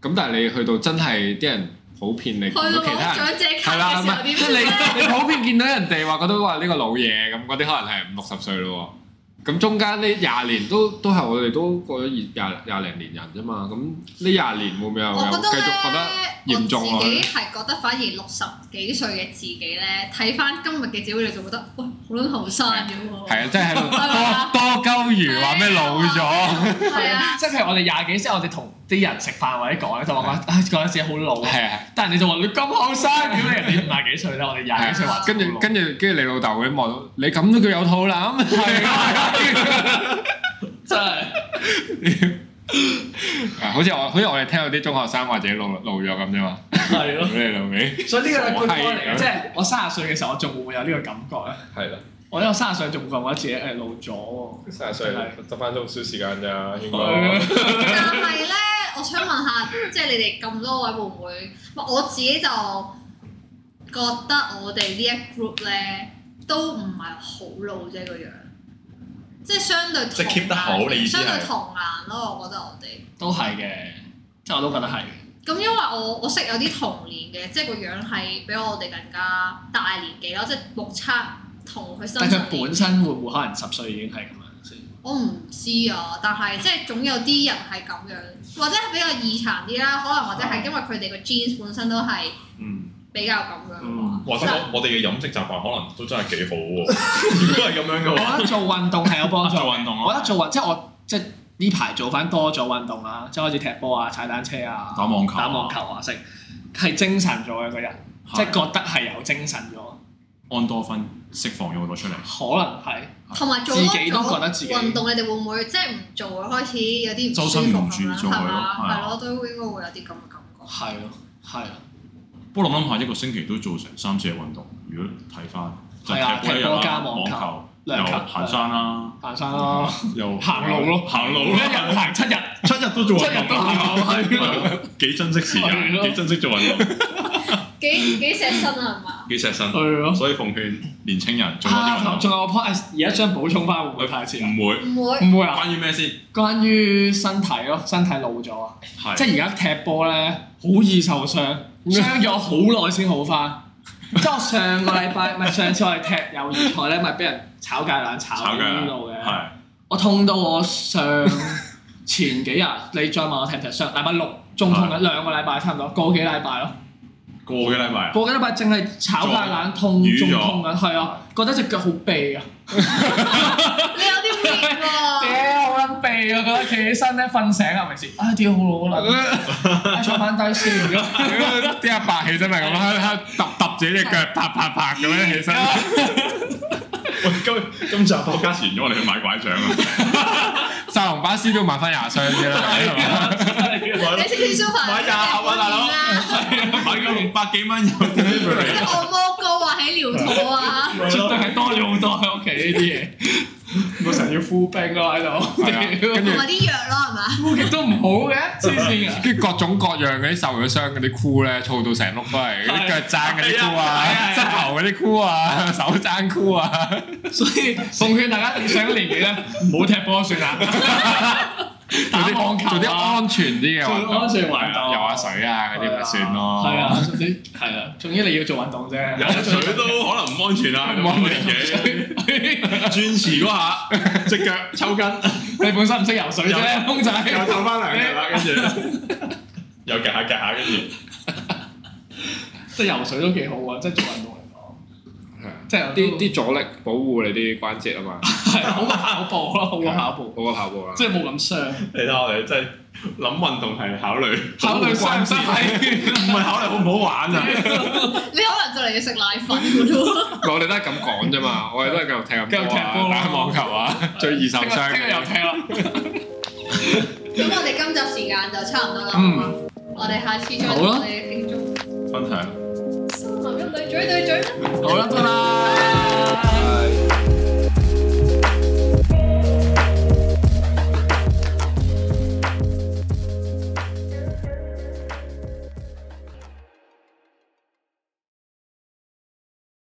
E: 咁但係你去到真係啲人普遍你見
A: 去到
E: 到其他
A: 攞
E: 人
A: 長者
E: 係啦，
A: [LAUGHS] 卡嘅
E: 唔
A: 時候
E: 係
A: 點
E: 即係
A: 算咧？
E: 你你普遍見到人哋話覺得話呢個老嘢咁嗰啲，可能係五六十歲咯喎。咁中間呢廿年都都係我哋都過咗二廿廿零年人啫嘛。咁呢廿年會唔會又
A: 我
E: 有
A: 覺得
E: 繼
A: 咧
E: 續覺得？，嚴重啊
A: 我自己係覺得反而六十幾歲嘅自己咧，睇翻今日嘅自己，你就覺得喂好撚後生嘅喎。
E: 係啊，即係喺度
A: 啊
E: 多多鳩魚話咩老咗，
A: 係啊，
B: 即係譬如我哋廿幾之後，我哋同啲人食飯或者講咧，啊就話覺得覺得自己好老，
E: 係啊，
B: 但係你就話你咁後生，屌你人哋五廿幾歲啦，我哋廿幾
H: 啊
B: 歲話
E: 跟住跟住跟住你老豆嗰啲望到你咁都叫有肚腩，係
B: 真係
E: 啊， [LAUGHS] 好似我好似我哋聽到啲中學生或者老老咗咁啫嘛，
B: 係
E: 屌
H: 啊
B: 咯。
E: 你老味，
B: 所以呢個係 good point 嚟
E: 係
B: 嘅，即係我三十歲嘅時候，我仲會唔會有呢個感覺咧？
H: 係啦，
B: 我覺得我三十歲仲會覺得自己誒老咗
H: 三十歲得翻多少時間咋？應該
B: 喎。
A: 但係咧，我想問下，即係你哋咁多位會唔會？我自己就覺得我哋呢一 group 咧都唔係好老啫個樣，即係相對
C: 即係
A: 同
C: keep 得好
A: 顏
C: 你意思係
A: 相對童顏咯，我覺得我哋。
B: 都係嘅，即係我都覺得係。
A: 咁因為我我識有啲同年嘅，即係個樣係比我哋更加大年紀咯，即係目測同佢身
B: 但係
A: 上
B: 佢本身會唔會可能十歲已經係咁樣先？
A: 我唔知啊，但係即係總有啲人係咁樣，或者係比較異常啲啦，可能或者
B: 啊
A: 係因為佢哋個 genes 本身都係
C: 嗯，
A: 比較咁樣嘅話
B: 嗯
I: 或者我我哋嘅飲食習慣可能都真係幾好
B: [LAUGHS]
I: 喎，如果係咁樣嘅
B: 我
I: 話。
B: 覺得做運動係有幫助嘅。
C: 做運動啊咯
B: 我覺得做運即係我即係呢排做翻多咗運動啦，即係開始踢波啊、踩單車啊、
C: 打網球
B: 打網球啊，成係精神咗嘅個人，即係
C: 係
B: 覺得係有精神咗，
C: 安多酚釋放咗好多出嚟。
B: 可能係。
A: 同埋做
B: 自
A: 多
B: 己都覺得自
A: 咗
B: 己
A: 運動，你哋會唔會即係唔做啊？開始有啲唔
C: 周
A: 舒
C: 身唔
A: 服
C: 住
A: 咁樣
C: 做
A: 係
C: 佢咯
A: 嘛？
C: 係啊
A: 係咯，都應該會有啲咁嘅感覺。
B: 係咯，係咯，
C: 不過諗諗下，一個星期都做成三次嘅運動。如果睇翻，就
B: 係啊
C: 踢波一日
B: 踢波加
C: 啦，
B: 網
C: 網
B: 球
C: 球，
B: 兩球
C: 又行山啦，
B: 行山咯，[LAUGHS]
C: 又
B: 行路咯
C: 行路
B: 每一
C: 咯，
B: 日行七日，
C: 七日都做
B: 七
C: 運
B: 日
C: 動
B: 都行路，係咯，
C: 幾珍惜時
B: 係
C: 間，
B: 咯
C: 幾珍惜做運動，
A: 幾幾錫身啊，係嘛？
C: 幾錫身。
B: 係咯。
C: 所以奉勸年青人做多啲
B: 啊，
C: 運動，
B: 嗯仲有個 point，而家想補充翻會唔會太遲啊？
C: 唔會。
A: 唔
B: [LAUGHS]
A: 會
B: 唔會啊，
C: 關於咩先？
B: 關於身體咯，身體老咗啊，即
C: 係
B: 係而家踢波咧，好易受傷，傷咗好耐先好翻。即係我上個禮拜，唔係上次我哋踢友誼賽咧，咪俾人炒芥蘭炒
C: 炒
B: 到
C: 腳
B: 呢度嘅。
C: 係
B: 我痛到我上前幾日，你再問我踢唔踢上禮拜六仲痛緊兩個禮拜差唔多，個幾禮拜咯，
C: 個幾禮
B: [LAUGHS]
C: 拜啊。
B: 個幾禮拜淨係炒大冷痛，
C: 瘀
B: 仲
C: 咗
B: 痛緊，係啊，覺得只腳好痹啊，
A: 你有啲面喎，
B: 屌好撚痹啊！覺得企起身咧瞓醒啊，咪先，啊屌好老
E: [LAUGHS]
B: 啦，啊坐翻低先咁樣
E: 啲阿伯起身咪咁啦，喺度揼揼自己隻腳，啪啪啪咁樣
B: [LAUGHS]
E: 起身。
C: 喂，今今
B: 啊
C: 集博家前咗我哋去買
B: [LAUGHS]
C: 拐杖啊！
E: 沙龍巴斯都買翻廿箱啫
B: 啊
E: 啦，
A: 你識唔識 super？
C: 買廿盒啊，大佬，啊買個六百
B: [LAUGHS]
C: 幾蚊有 delivery
A: 啲按摩膏啊，喺療肚啊。
B: 絕對係多咗好多喺屋企呢啲嘢。 [LAUGHS]
C: 我成
B: 人要敷冰咯喺度，
E: 係啊
B: 屌
E: 跟住
A: 同埋啲藥咯，係嘛？
B: [LAUGHS]
C: [LAUGHS]
B: 敷極都唔好嘅，黐線啊！
E: 跟住各種各樣嗰啲受咗傷嗰啲箍咧，燥到成碌都係嗰啲腳踭嗰啲箍啊
B: 啊係啊係啊係啊，
E: 膝頭嗰啲箍
B: [LAUGHS]
E: 啊，手踭箍啊，
B: 所以奉勸大家上咗年紀咧，唔好踢波
E: [LAUGHS]
B: 算啦，打
E: 做啲
B: 網球啊
E: 做啲安全啲嘅運
B: 做
E: 動，
B: 安全運動
E: 游下水啊嗰啲咪算咯。
B: 係啊，你係啊，總之你要做運動啫。
C: 游
B: [LAUGHS]
C: 水都可能唔安全啊啦，唔安全嘅。轉池嗰下，只腳抽筋，
B: 你本身唔識游水啫，空仔。
C: 又唞翻兩日啦，跟住
J: 又夾下夾下，跟住
B: 即係游水都幾好啊！即係做運動嚟
E: 係啊
B: 講，即係
E: 啲
B: 啲
E: 啲阻力保護你啲關節啊嘛，
B: 係好過跑步咯，好過跑步，
E: 好過跑步啦。啊
B: 即係冇咁傷。
J: 你睇下我哋真係
C: 諗運動係考慮，
B: 考慮傷唔傷 [LAUGHS] 係
C: 唔係考慮好唔好玩啊？
A: 你可能就嚟要食奶粉㗎咯。
E: 我哋都係咁講啫嘛，我哋都係繼續踢咁
B: 繼續踢波
E: 波
B: 咯
E: 啊，打網球啊，最易受
B: 聽
E: 傷
B: 日聽日又
E: 嘅。
B: 踢啦。
A: 咁我哋今集時間就差唔多啦，好
B: 嗯
A: 嘛我哋下次再
B: 好
A: 同
B: 啦
A: 我哋嘅聽眾
C: 分享。
A: 哦森林一女嘴對嘴啦。
B: 好啦，得啦。